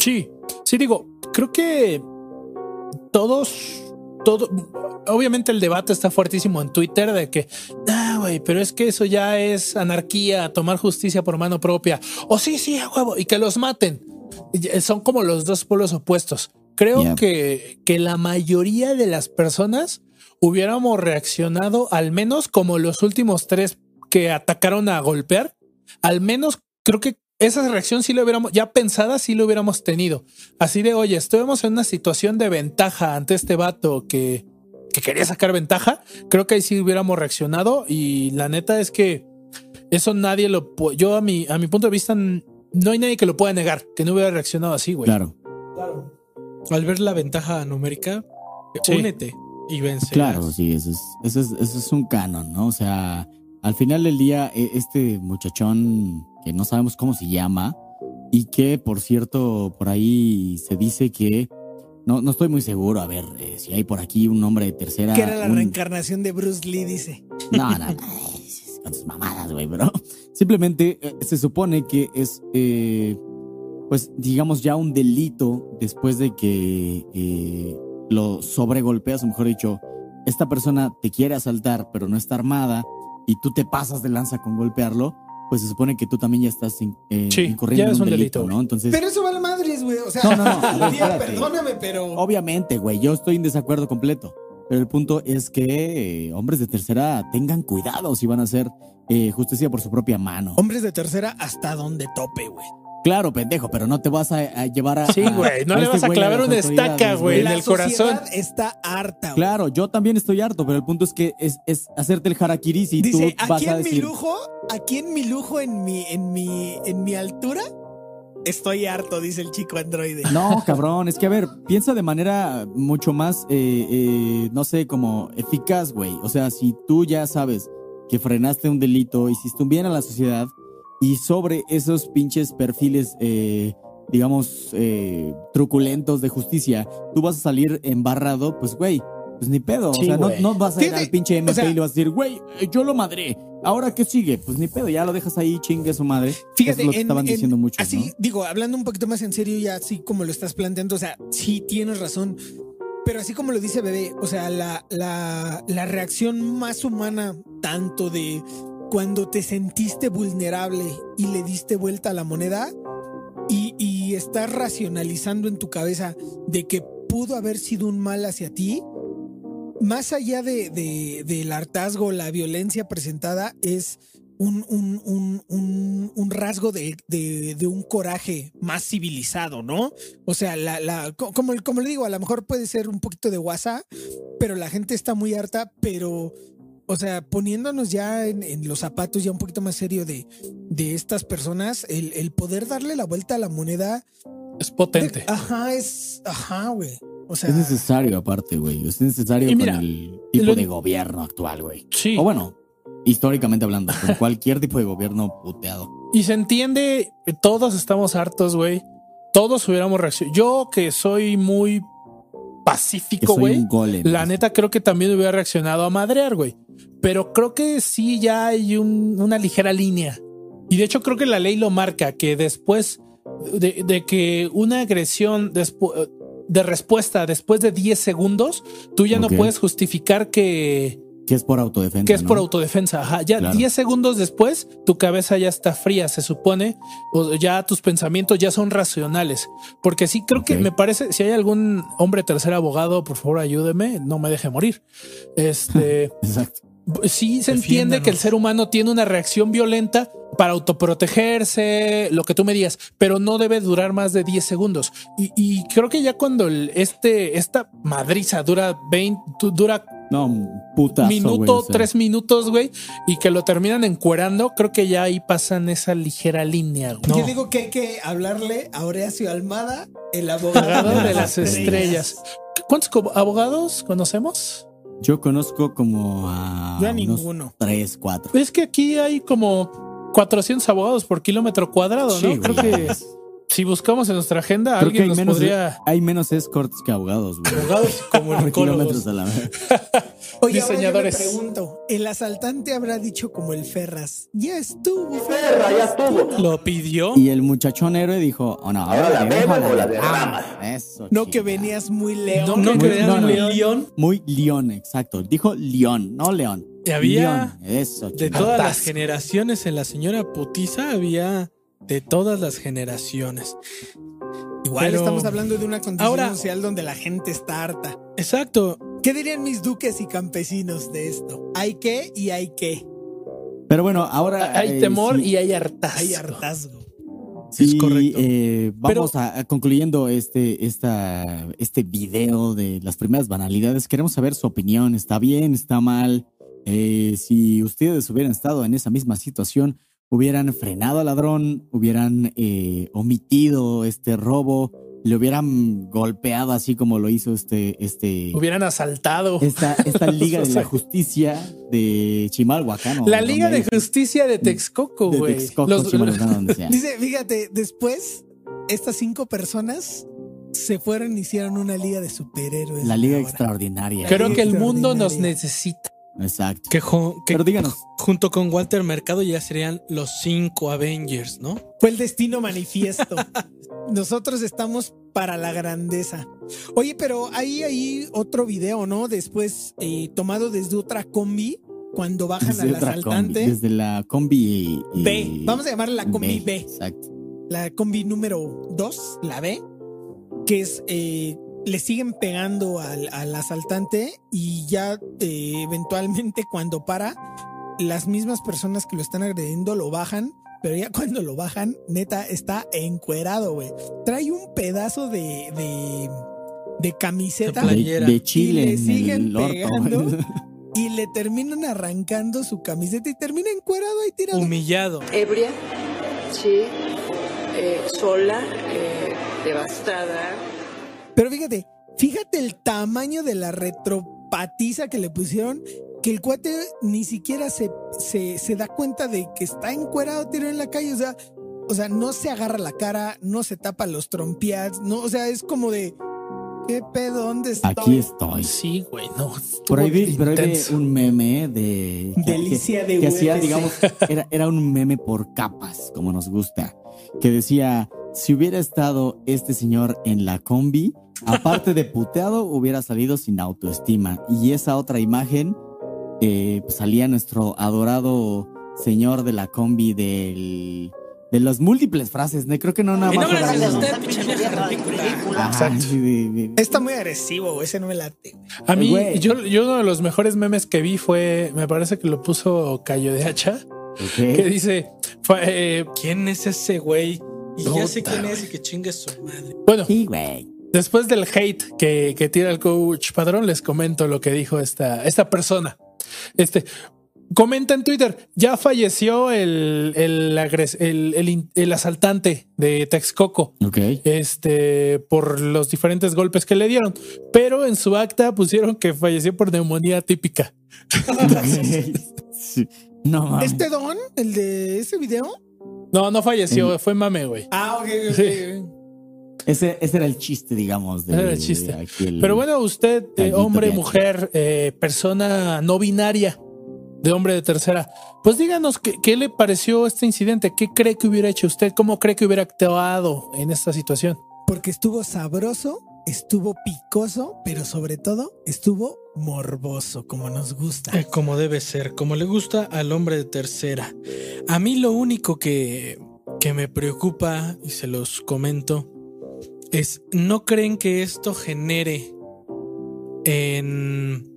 Speaker 5: Sí, sí digo, creo que todos, todo, obviamente el debate está fuertísimo en Twitter de que, ah, güey, pero es que eso ya es anarquía, tomar justicia por mano propia. O sí, sí, a huevo, y que los maten. Y, eh, Son como los dos polos opuestos. Creo
Speaker 2: Ya.
Speaker 5: que, que la mayoría de las personas hubiéramos reaccionado al menos como los últimos tres que atacaron a golpear, al menos creo que esa reacción sí lo hubiéramos, ya pensada sí lo hubiéramos tenido. Así de, oye, estuvimos en una situación de ventaja ante este vato que, que quería sacar ventaja. Creo que ahí sí hubiéramos reaccionado y la neta es que eso nadie lo pu- yo a mi, a mi punto de vista n- no hay nadie que lo pueda negar, que no hubiera reaccionado así, güey.
Speaker 2: Claro,
Speaker 3: Al ver la ventaja numérica,
Speaker 5: Sí.
Speaker 3: únete y vence.
Speaker 2: claro, sí, eso es, eso, es, eso es un canon, ¿no? O sea, al final del día, e- este muchachón que no sabemos cómo se llama y que, por cierto, por ahí se dice que. No, no estoy muy seguro, a ver, eh, si hay por aquí un nombre de tercera.
Speaker 1: que era la
Speaker 2: Ah, un-
Speaker 1: reencarnación de Bruce Lee, dice.
Speaker 2: No, no, no. Con tus mamadas, güey, bro. Simplemente eh, se supone que es, eh, pues, digamos ya un delito después de que eh, lo sobregolpeas, o mejor dicho, esta persona te quiere asaltar, pero no está armada, y tú te pasas de lanza con golpearlo, pues se supone que tú también ya estás in- eh,
Speaker 5: Sí,
Speaker 2: incurriendo
Speaker 5: ya
Speaker 2: en
Speaker 5: es
Speaker 2: un
Speaker 5: un
Speaker 2: delito,
Speaker 5: delito, güey.
Speaker 2: ¿no? Entonces,
Speaker 1: Pero eso vale madres, güey. O sea,
Speaker 2: No, no, no, a ver,
Speaker 1: Lidia,
Speaker 2: espérate.
Speaker 1: perdóname, pero.
Speaker 2: obviamente, güey, yo estoy en desacuerdo completo. Pero el punto es que eh, hombres de tercera tengan cuidado si van a hacer eh, justicia por su propia mano.
Speaker 1: Hombres de tercera hasta donde tope, güey.
Speaker 2: Claro, pendejo, pero no te vas a, a llevar a. este
Speaker 5: Sí, güey, no le vas a clavar
Speaker 2: las
Speaker 5: una
Speaker 2: autoridades,
Speaker 5: estaca, güey. En
Speaker 1: La
Speaker 5: el corazón.
Speaker 1: sociedad está harta, güey.
Speaker 2: Claro, yo también estoy harto, pero el punto es que es, es hacerte el harakiri si
Speaker 1: Dice,
Speaker 2: tú vas
Speaker 1: aquí
Speaker 2: a
Speaker 1: en mi
Speaker 2: decir.
Speaker 1: lujo, aquí en mi lujo, en mi, en mi, en mi altura, estoy harto, dice el chico androide.
Speaker 2: No, cabrón, es que a ver, piensa de manera mucho más, eh, eh, no sé, como eficaz, güey. O sea, si tú ya sabes que frenaste un delito, hiciste un bien a la sociedad y sobre esos pinches perfiles, eh, digamos, eh, truculentos de justicia, tú vas a salir embarrado, pues, güey. Pues ni pedo,
Speaker 5: Sí,
Speaker 2: o sea, no,
Speaker 5: güey.
Speaker 2: no vas a ir
Speaker 1: Tiene-
Speaker 2: al pinche MP
Speaker 1: sea-
Speaker 2: y le vas a decir, güey, eh, yo lo madré, ¿ahora qué sigue? Pues ni pedo, ya lo dejas ahí, chingue a su madre. Eso
Speaker 1: Fíjate,
Speaker 2: es lo que
Speaker 1: en-
Speaker 2: estaban
Speaker 1: en-
Speaker 2: diciendo muchos,
Speaker 1: así,
Speaker 2: ¿no?
Speaker 1: digo, hablando un poquito más en serio y así como lo estás planteando, o sea, sí tienes razón, pero así como lo dice Bebé, o sea, la, la, la reacción más humana, tanto de cuando te sentiste vulnerable y le diste vuelta a la moneda y, y estás racionalizando en tu cabeza de que pudo haber sido un mal hacia ti, más allá de, de- del hartazgo, la violencia presentada es un, un- un- un- un rasgo de, de- de un coraje más civilizado, ¿no? O sea, la, la- co- como, como le digo, a lo mejor puede ser un poquito de guasa, pero la gente está muy harta, pero... O sea, poniéndonos ya en, en los zapatos ya un poquito más serio de, de estas personas, el, el poder darle la vuelta a la moneda.
Speaker 5: Es potente.
Speaker 1: Ajá, es. Ajá, güey. O sea.
Speaker 2: Es necesario, aparte, güey. Es necesario
Speaker 5: Y mira,
Speaker 2: con el tipo
Speaker 5: lo-
Speaker 2: de gobierno actual, güey.
Speaker 5: Sí.
Speaker 2: O bueno, históricamente hablando, con cualquier tipo de gobierno puteado.
Speaker 5: Y se entiende, que todos estamos hartos, güey. Todos hubiéramos reaccionado. Yo que soy muy
Speaker 2: Que
Speaker 5: pacífico,
Speaker 2: soy
Speaker 5: güey.
Speaker 2: un golem.
Speaker 5: La neta creo que también hubiera reaccionado a madrear, güey. Pero creo que sí ya hay un- una ligera línea. Y de hecho creo que la ley lo marca, que después de, de que una agresión despu- de respuesta después de 10 segundos, tú ya
Speaker 2: Ok.
Speaker 5: no puedes justificar que,
Speaker 2: Si es por autodefensa.
Speaker 5: que es por
Speaker 2: ¿no?
Speaker 5: autodefensa. Ajá, ya
Speaker 2: Claro.
Speaker 5: 10 segundos después, tu cabeza ya está fría, se supone, o ya tus pensamientos ya son racionales. Porque sí, creo
Speaker 2: Ok.
Speaker 5: que me parece, si hay algún hombre tercer abogado, por favor ayúdeme, no me deje morir. Este,
Speaker 2: Exacto.
Speaker 5: sí se entiende
Speaker 3: Defiéndanos.
Speaker 5: que el ser humano tiene una reacción violenta para autoprotegerse, lo que tú me digas, pero no debe durar más de 10 segundos. Y, y creo que ya cuando el- este, esta madriza dura 20, dura
Speaker 2: No, puta.
Speaker 5: minuto, tres minutos, güey, y que lo terminan encuerando, creo que ya ahí pasan esa ligera línea. güey.
Speaker 1: Yo digo que hay que hablarle a Horacio Almada, el
Speaker 5: Abogado
Speaker 1: abogado
Speaker 5: de las estrellas. ¿Cuántos co- abogados conocemos?
Speaker 2: Yo conozco como a.
Speaker 1: Yo a
Speaker 2: Ah, unos
Speaker 1: ninguno.
Speaker 2: Tres, cuatro.
Speaker 5: Es que aquí hay como 400 abogados por kilómetro cuadrado, ¿no?
Speaker 2: Sí, güey.
Speaker 5: creo que si buscamos en nuestra agenda,
Speaker 2: Creo que
Speaker 5: alguien
Speaker 2: hay
Speaker 5: nos
Speaker 2: menos,
Speaker 5: podría.
Speaker 2: hay menos escorts que abogados, güey.
Speaker 3: Abogados
Speaker 2: Por kilómetros
Speaker 3: comunicólogos.
Speaker 2: a la vez.
Speaker 1: Oye, ahora yo me
Speaker 5: diseñadores.
Speaker 1: pregunto, el asaltante habrá dicho como el Ferras, ya estuvo, Ferras, ya estuvo.
Speaker 3: Lo pidió.
Speaker 2: Y el muchachón héroe dijo: oh, no, ahora la dejo,
Speaker 7: bebo o la
Speaker 2: derrama. Eso.
Speaker 1: No que
Speaker 2: chingada.
Speaker 1: venías muy león.
Speaker 3: No, no,
Speaker 2: Muy-
Speaker 3: que vean
Speaker 2: no, no.
Speaker 3: un león
Speaker 2: Muy León, exacto. Dijo León, no León.
Speaker 3: Y había
Speaker 2: León, eso.
Speaker 3: de
Speaker 2: chingada.
Speaker 3: todas las generaciones. En la señora putiza había de todas las generaciones.
Speaker 1: Igual
Speaker 3: Pero-
Speaker 1: estamos hablando de una condición
Speaker 3: Ahora-
Speaker 1: social donde la gente está harta.
Speaker 3: Exacto.
Speaker 1: ¿Qué dirían mis duques y campesinos de esto? Hay que y hay que.
Speaker 2: Pero bueno, ahora.
Speaker 5: Hay
Speaker 2: eh,
Speaker 5: temor
Speaker 2: sí,
Speaker 5: y hay hartazgo.
Speaker 1: Hay hartazgo.
Speaker 2: sí,
Speaker 3: es correcto.
Speaker 2: eh, vamos a, a concluyendo este, esta, este video de las primeras banalidades. Queremos saber su opinión. ¿Está bien? ¿Está mal? Eh, si ustedes hubieran estado en esa misma situación, hubieran frenado al ladrón, hubieran eh, omitido este robo, le hubieran golpeado así como lo hizo este, este
Speaker 5: Hubieran asaltado.
Speaker 2: esta, esta Liga de la Justicia de Chimalhuacán. o
Speaker 5: La
Speaker 2: donde
Speaker 5: Liga de
Speaker 2: hay-
Speaker 5: Justicia de Texcoco,
Speaker 2: Mm. de
Speaker 5: güey.
Speaker 2: Texcoco,
Speaker 5: Los-
Speaker 2: Chimalhuacán, donde sea.
Speaker 1: Dice, fíjate, después estas cinco personas se fueron y hicieron una liga de superhéroes.
Speaker 2: La Liga
Speaker 1: ahora.
Speaker 2: Extraordinaria.
Speaker 5: Creo que el mundo nos
Speaker 1: Extraordinaria.
Speaker 5: necesita.
Speaker 2: Exacto.
Speaker 3: Que, jo- que
Speaker 2: Pero díganos,
Speaker 3: junto con Walter Mercado ya serían los cinco Avengers, ¿no?
Speaker 1: Fue el destino manifiesto. Nosotros estamos para la grandeza. Oye, pero hay ahí otro video, ¿no? Después eh, tomado desde otra combi cuando bajan
Speaker 2: desde
Speaker 1: al
Speaker 2: otra combi,
Speaker 1: asaltante.
Speaker 2: desde la combi eh,
Speaker 1: B, vamos a llamarla la combi B.
Speaker 2: Exacto.
Speaker 1: la combi número 2, la B, que es eh, le siguen pegando al, al asaltante y ya eh, eventualmente cuando para, las mismas personas que lo están agrediendo lo bajan, pero ya cuando lo bajan, neta, está encuerado, güey. Trae un pedazo de, de, de camiseta
Speaker 3: De
Speaker 2: De,
Speaker 3: Playera.
Speaker 2: de Chile
Speaker 1: Y le
Speaker 2: en
Speaker 1: siguen
Speaker 2: el orto.
Speaker 1: pegando. y le terminan arrancando su camiseta y termina encuerado ahí tirado.
Speaker 3: Humillado.
Speaker 8: ebria, sí, eh, sola, eh, devastada.
Speaker 1: Pero fíjate, fíjate el tamaño de la retropatiza que le pusieron, que el cuate ni siquiera se, se, se da cuenta de que está encuerado tirado en la calle. O sea, o sea, no se agarra la cara, no se tapa los trompiads, no, o sea, es como de qué pedo, ¿dónde estoy?
Speaker 2: Aquí estoy.
Speaker 5: Sí, güey, no.
Speaker 2: Por ahí, vi,
Speaker 5: estuvo
Speaker 2: por ahí vi
Speaker 5: intenso.
Speaker 2: un meme de. que-
Speaker 1: Delicia de
Speaker 2: que hacía,
Speaker 1: UFC.
Speaker 2: digamos, era, era un meme por capas, como nos gusta, que decía, si hubiera estado este señor en la combi, aparte de puteado, hubiera salido sin autoestima. Y esa otra imagen eh, pues, salía nuestro adorado señor de la combi del... De las múltiples frases, ¿no? creo que no nada
Speaker 3: Y no
Speaker 2: más.
Speaker 3: me
Speaker 2: era
Speaker 3: las hace
Speaker 2: uno.
Speaker 3: usted, pinche vieja ridícula.
Speaker 2: Ajá,
Speaker 5: Exacto.
Speaker 2: sí, de- de-
Speaker 1: Está muy agresivo, ese no me late.
Speaker 5: A mí,
Speaker 2: Güey.
Speaker 5: yo, yo uno de los mejores memes que vi fue, me parece que lo puso Cayo de Hacha, que
Speaker 2: ok.
Speaker 5: dice, fa- eh,
Speaker 3: ¿Quién es ese güey? Y ya sé
Speaker 5: Puta,
Speaker 3: quién es y que chingue su madre.
Speaker 5: bueno,
Speaker 2: Sí, güey.
Speaker 5: después del hate que, que tira el coach Padrón, les comento lo que dijo esta, esta persona. Este, comenta en Twitter, ya falleció el, el, agres- el- el in- el asaltante de Texcoco.
Speaker 2: Ok.
Speaker 5: este, por los diferentes golpes que le dieron, pero en su acta pusieron que falleció por neumonía típica.
Speaker 2: Sí. No mames.
Speaker 1: ¿Este don, el de ese video?
Speaker 5: No, no falleció,
Speaker 2: En-
Speaker 5: fue mame, güey.
Speaker 1: Ah, ok, ok,
Speaker 5: Sí.
Speaker 1: ok.
Speaker 2: Ese, ese era el chiste, digamos. De,
Speaker 5: Era el chiste.
Speaker 2: aquí el-
Speaker 5: Pero bueno, usted, eh,
Speaker 2: Tantito
Speaker 5: hombre,
Speaker 2: viaje.
Speaker 5: mujer, eh, persona no binaria, de hombre de tercera, pues díganos qué, qué le pareció este incidente, qué cree que hubiera hecho usted, cómo cree que hubiera actuado en esta situación.
Speaker 1: Porque estuvo sabroso, estuvo picoso, pero sobre todo estuvo morboso, como nos gusta.
Speaker 3: Eh, como debe ser, como le gusta al hombre de tercera. A mí lo único que, que me preocupa, y se los comento, es, ¿no creen que esto genere en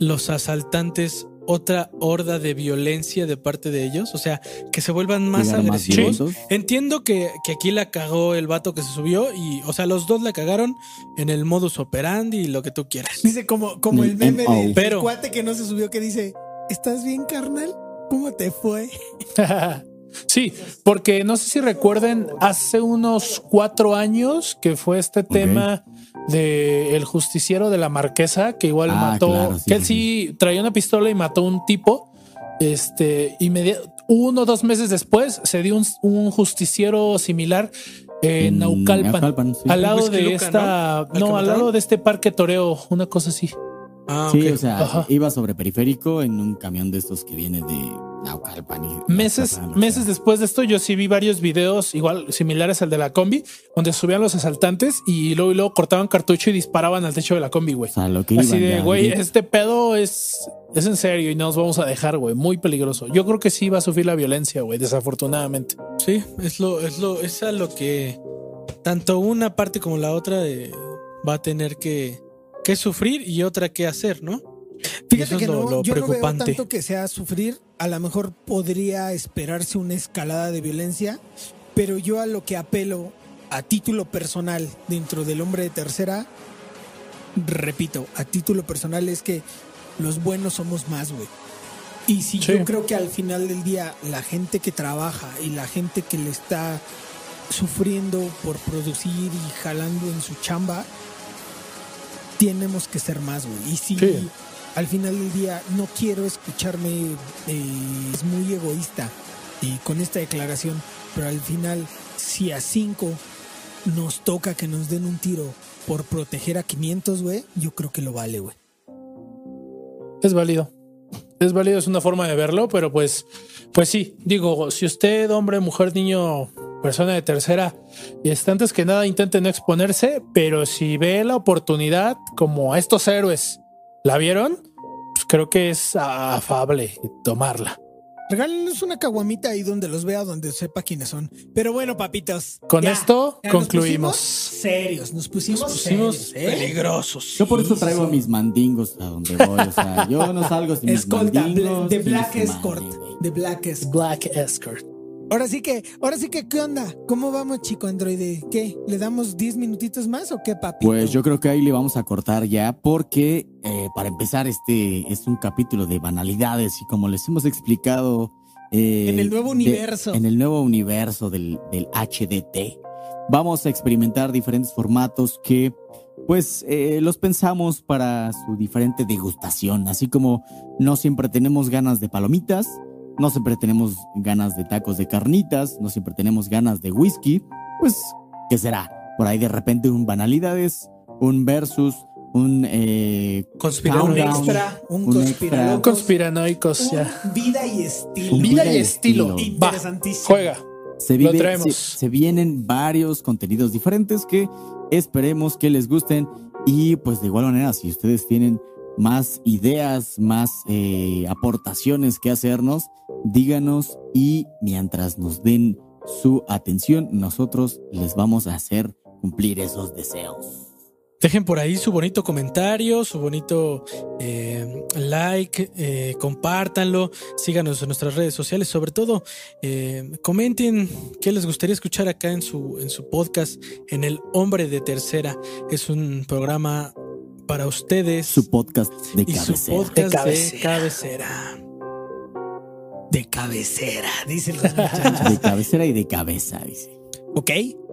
Speaker 3: los asaltantes otra horda de violencia de parte de ellos? O sea, que se vuelvan más
Speaker 2: Llegar más
Speaker 3: agresivos.
Speaker 2: violentos.
Speaker 3: Entiendo que, que aquí la cagó el vato que se subió y, o sea, los dos la cagaron en el modus operandi y lo que tú quieras.
Speaker 1: Dice como, como el
Speaker 2: Mm,
Speaker 1: meme
Speaker 2: MO.
Speaker 1: del
Speaker 3: Pero-
Speaker 1: cuate que no se subió que dice, ¿estás bien, carnal? ¿Cómo te fue?
Speaker 5: sí, porque no sé si recuerden, hace unos cuatro años que fue este tema de el justiciero de la marquesa que igual
Speaker 2: Ah,
Speaker 5: mató,
Speaker 2: claro, sí,
Speaker 5: que él
Speaker 2: sí,
Speaker 5: sí traía una pistola y mató a un tipo. Este, inmedi- uno o dos meses después se dio un, un justiciero similar en, Naucalpan,
Speaker 2: Naucalpan, sí.
Speaker 5: al lado
Speaker 3: Whisky
Speaker 5: de
Speaker 3: Lucan,
Speaker 5: esta,
Speaker 3: ¿no? ¿Al
Speaker 5: no,
Speaker 3: que
Speaker 5: al
Speaker 3: mataron?
Speaker 5: lado de este parque toreo, una cosa así.
Speaker 3: Ah,
Speaker 2: Sí,
Speaker 3: ok.
Speaker 2: o sea,
Speaker 5: Ajá.
Speaker 2: iba sobre periférico en un camión de estos que viene de Naucalpan. y-
Speaker 5: Meses,
Speaker 2: Naucalpan, o sea.
Speaker 5: meses después de esto, yo sí vi varios videos igual similares al de la combi, donde subían los asaltantes y luego, y luego cortaban cartucho y disparaban al techo de la combi, güey.
Speaker 2: O sea, lo que
Speaker 5: Así
Speaker 2: iban
Speaker 5: de,
Speaker 2: ya,
Speaker 5: güey,
Speaker 2: ¿sí?
Speaker 5: este pedo es, es en serio y no nos vamos a dejar, güey. Muy peligroso. Yo creo que sí va a sufrir la violencia, güey, desafortunadamente.
Speaker 3: Sí, es lo, es lo, es a lo que tanto una parte como la otra eh, va a tener que, que sufrir y otra que hacer, ¿no?
Speaker 1: Fíjate
Speaker 3: Eso es
Speaker 1: que
Speaker 3: lo-
Speaker 1: no,
Speaker 3: lo
Speaker 1: yo no veo
Speaker 3: preocupante.
Speaker 1: tanto que sea sufrir. A lo mejor podría esperarse una escalada de violencia, pero yo a lo que apelo a título personal dentro del hombre de tercera, repito, a título personal es que los buenos somos más, güey. Y si
Speaker 5: Sí.
Speaker 1: yo creo que al final del día la gente que trabaja y la gente que le está sufriendo por producir y jalando en su chamba, tenemos que ser más, güey. Y si
Speaker 5: Sí.
Speaker 1: al final del día no quiero escucharme, eh, es muy egoísta eh, con esta declaración, pero al final, si a cinco nos toca que nos den un tiro por proteger a 500, güey, yo creo que lo vale, güey.
Speaker 5: Es válido. Es válido, es una forma de verlo, pero pues, pues sí, digo, si usted, hombre, mujer, niño, persona de tercera, está antes que nada intente no exponerse, pero si ve la oportunidad, como a estos héroes, ¿la vieron? Pues creo que es afable tomarla.
Speaker 1: Regálenos una caguamita ahí donde los vea, donde sepa quiénes son. Pero bueno, papitos.
Speaker 5: Con
Speaker 1: ya,
Speaker 5: esto
Speaker 1: ya nos pusimos
Speaker 5: concluimos.
Speaker 1: serios, nos pusimos,
Speaker 5: pusimos
Speaker 1: serios, ¿eh?
Speaker 3: Peligrosos.
Speaker 2: Yo por eso traigo a mis mandingos a donde voy. O sea, yo no salgo sin
Speaker 1: Escolta,
Speaker 2: mis mandingos.
Speaker 1: de
Speaker 2: y
Speaker 1: Black
Speaker 2: su
Speaker 1: Escort.
Speaker 2: madre, güey.
Speaker 1: De Black Escort.
Speaker 5: Black Escort.
Speaker 1: Ahora sí que, ahora sí que, ¿qué onda? ¿Cómo vamos, chico androide? ¿Qué? ¿Le damos 10 minutitos más o qué, papi?
Speaker 2: Pues yo creo que ahí le vamos a cortar ya porque eh, para empezar este es un capítulo de banalidades y como les hemos explicado eh,
Speaker 1: En el nuevo
Speaker 2: de-
Speaker 1: universo.
Speaker 2: en el nuevo universo del, del HDT vamos a experimentar diferentes formatos que pues eh, los pensamos para su diferente degustación así como no siempre tenemos ganas de palomitas no siempre tenemos ganas de tacos de carnitas no siempre tenemos ganas de whisky pues ¿qué será? Por ahí de repente un banalidades, un versus, un... eh,
Speaker 1: un
Speaker 2: countdown,
Speaker 1: extra, un,
Speaker 2: un
Speaker 1: conspiranoico.
Speaker 2: extra.
Speaker 5: Conspiranoicos, ya.
Speaker 1: un Vida y estilo.
Speaker 2: Un
Speaker 5: Vida y estilo. Va,
Speaker 1: Interesantísimo.
Speaker 5: juega.
Speaker 2: Se,
Speaker 5: Lo
Speaker 2: vive-
Speaker 5: traemos.
Speaker 2: se, se vienen varios contenidos diferentes que esperemos que les gusten y pues de igual manera si ustedes tienen más ideas, más eh, aportaciones que hacernos, díganos y mientras nos den su atención, nosotros les vamos a hacer cumplir esos deseos.
Speaker 3: Dejen por ahí su bonito comentario, su bonito eh, like, eh, compártanlo, síganos en nuestras redes sociales, sobre todo eh, comenten qué les gustaría escuchar acá en su, en su podcast, en El Hombre de Tercera. Es un programa para ustedes
Speaker 2: Su podcast de
Speaker 3: y su
Speaker 2: cabecera.
Speaker 3: podcast de cabecera.
Speaker 5: cabecera.
Speaker 1: De cabecera, dicen los muchachos.
Speaker 2: De cabecera y de cabeza, dice.
Speaker 1: Ok,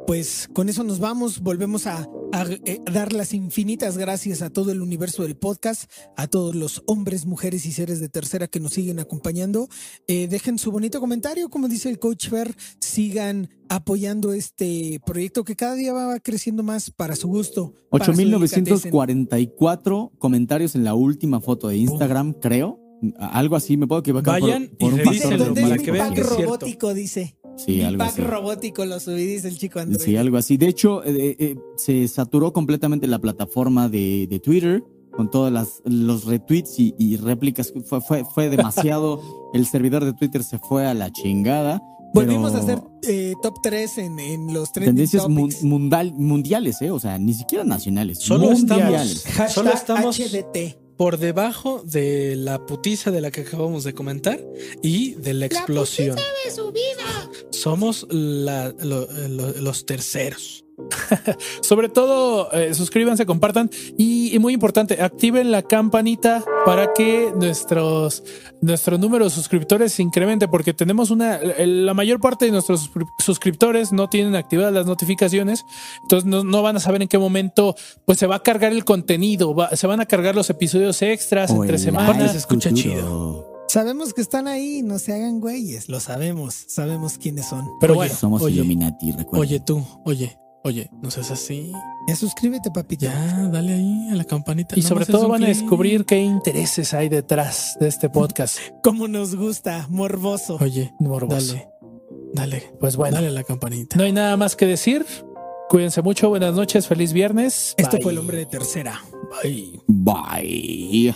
Speaker 1: pues con eso nos vamos. Volvemos a, a, eh, dar las infinitas gracias a todo el universo del podcast, a todos los hombres, mujeres y seres de tercera que nos siguen acompañando. Eh, dejen su bonito comentario, como dice el coach Fer, sigan apoyando este proyecto que cada día va creciendo más para su gusto. para su delicatecen.
Speaker 2: 8.944 comentarios en la última foto de Instagram, creo. A- Algo así, me puedo equivocar.
Speaker 3: Vayan
Speaker 2: por, por
Speaker 3: y
Speaker 2: un
Speaker 1: Dice,
Speaker 2: factor
Speaker 3: revísenlo
Speaker 2: de
Speaker 1: ¿dónde
Speaker 3: para
Speaker 1: es
Speaker 3: que
Speaker 1: mi
Speaker 3: vean
Speaker 1: pack
Speaker 3: que es cierto.
Speaker 1: robótico? Dice.
Speaker 2: Sí,
Speaker 1: Mi
Speaker 2: algo
Speaker 1: pack
Speaker 2: así.
Speaker 1: robótico lo subí, dice el chico Android.
Speaker 2: eh, Sí, algo así. De hecho, eh, eh, se saturó completamente la plataforma de, de Twitter. con todas las los retweets y, y réplicas. Fue, fue, fue demasiado. El servidor de Twitter se fue a la chingada.
Speaker 1: Volvimos
Speaker 2: pero
Speaker 1: a hacer eh, top 3 en, en los trending
Speaker 2: tendencias mun-
Speaker 1: topics.
Speaker 2: mundal- mundiales, ¿eh? O sea, ni siquiera nacionales.
Speaker 3: Solo
Speaker 2: mundiales.
Speaker 3: estamos.
Speaker 1: Hashtag
Speaker 3: Solo estamos
Speaker 1: HDT.
Speaker 3: por debajo de la putiza de la que acabamos de comentar y de la explosión. Somos la- lo- lo- los terceros.
Speaker 5: Sobre todo, eh, suscríbanse, compartan y, y muy importante, activen la campanita para que nuestros nuestro número de suscriptores se incremente, porque tenemos una el- la mayor parte de nuestros suscri- suscriptores no tienen activadas las notificaciones, entonces no, no van a saber en qué momento pues se va a cargar el contenido, va- se van a cargar los episodios extras
Speaker 2: O
Speaker 5: entre
Speaker 2: el
Speaker 5: semanas.
Speaker 2: live
Speaker 3: se escucha
Speaker 2: futuro.
Speaker 1: Sabemos que están ahí, no se hagan güeyes, lo sabemos, sabemos quiénes son.
Speaker 5: Pero
Speaker 3: Oye,
Speaker 5: bueno,
Speaker 2: Somos
Speaker 3: oye,
Speaker 2: Illuminati, recuerda.
Speaker 3: Oye tú, oye, oye, no seas así.
Speaker 1: Ya suscríbete, papito.
Speaker 3: Ya, dale ahí a la campanita.
Speaker 5: y
Speaker 3: Nomás
Speaker 5: sobre
Speaker 3: es
Speaker 5: todo
Speaker 3: un
Speaker 5: van a
Speaker 3: clic.
Speaker 5: descubrir qué intereses hay detrás de este podcast.
Speaker 1: Como nos gusta, morboso.
Speaker 3: Oye,
Speaker 5: Morboso.
Speaker 3: dale, dale,
Speaker 5: Pues bueno.
Speaker 3: dale a la campanita.
Speaker 5: No hay nada más que decir. Cuídense mucho, buenas noches, feliz viernes.
Speaker 1: Esto
Speaker 5: Bye.
Speaker 1: fue el hombre de tercera.
Speaker 2: Bye.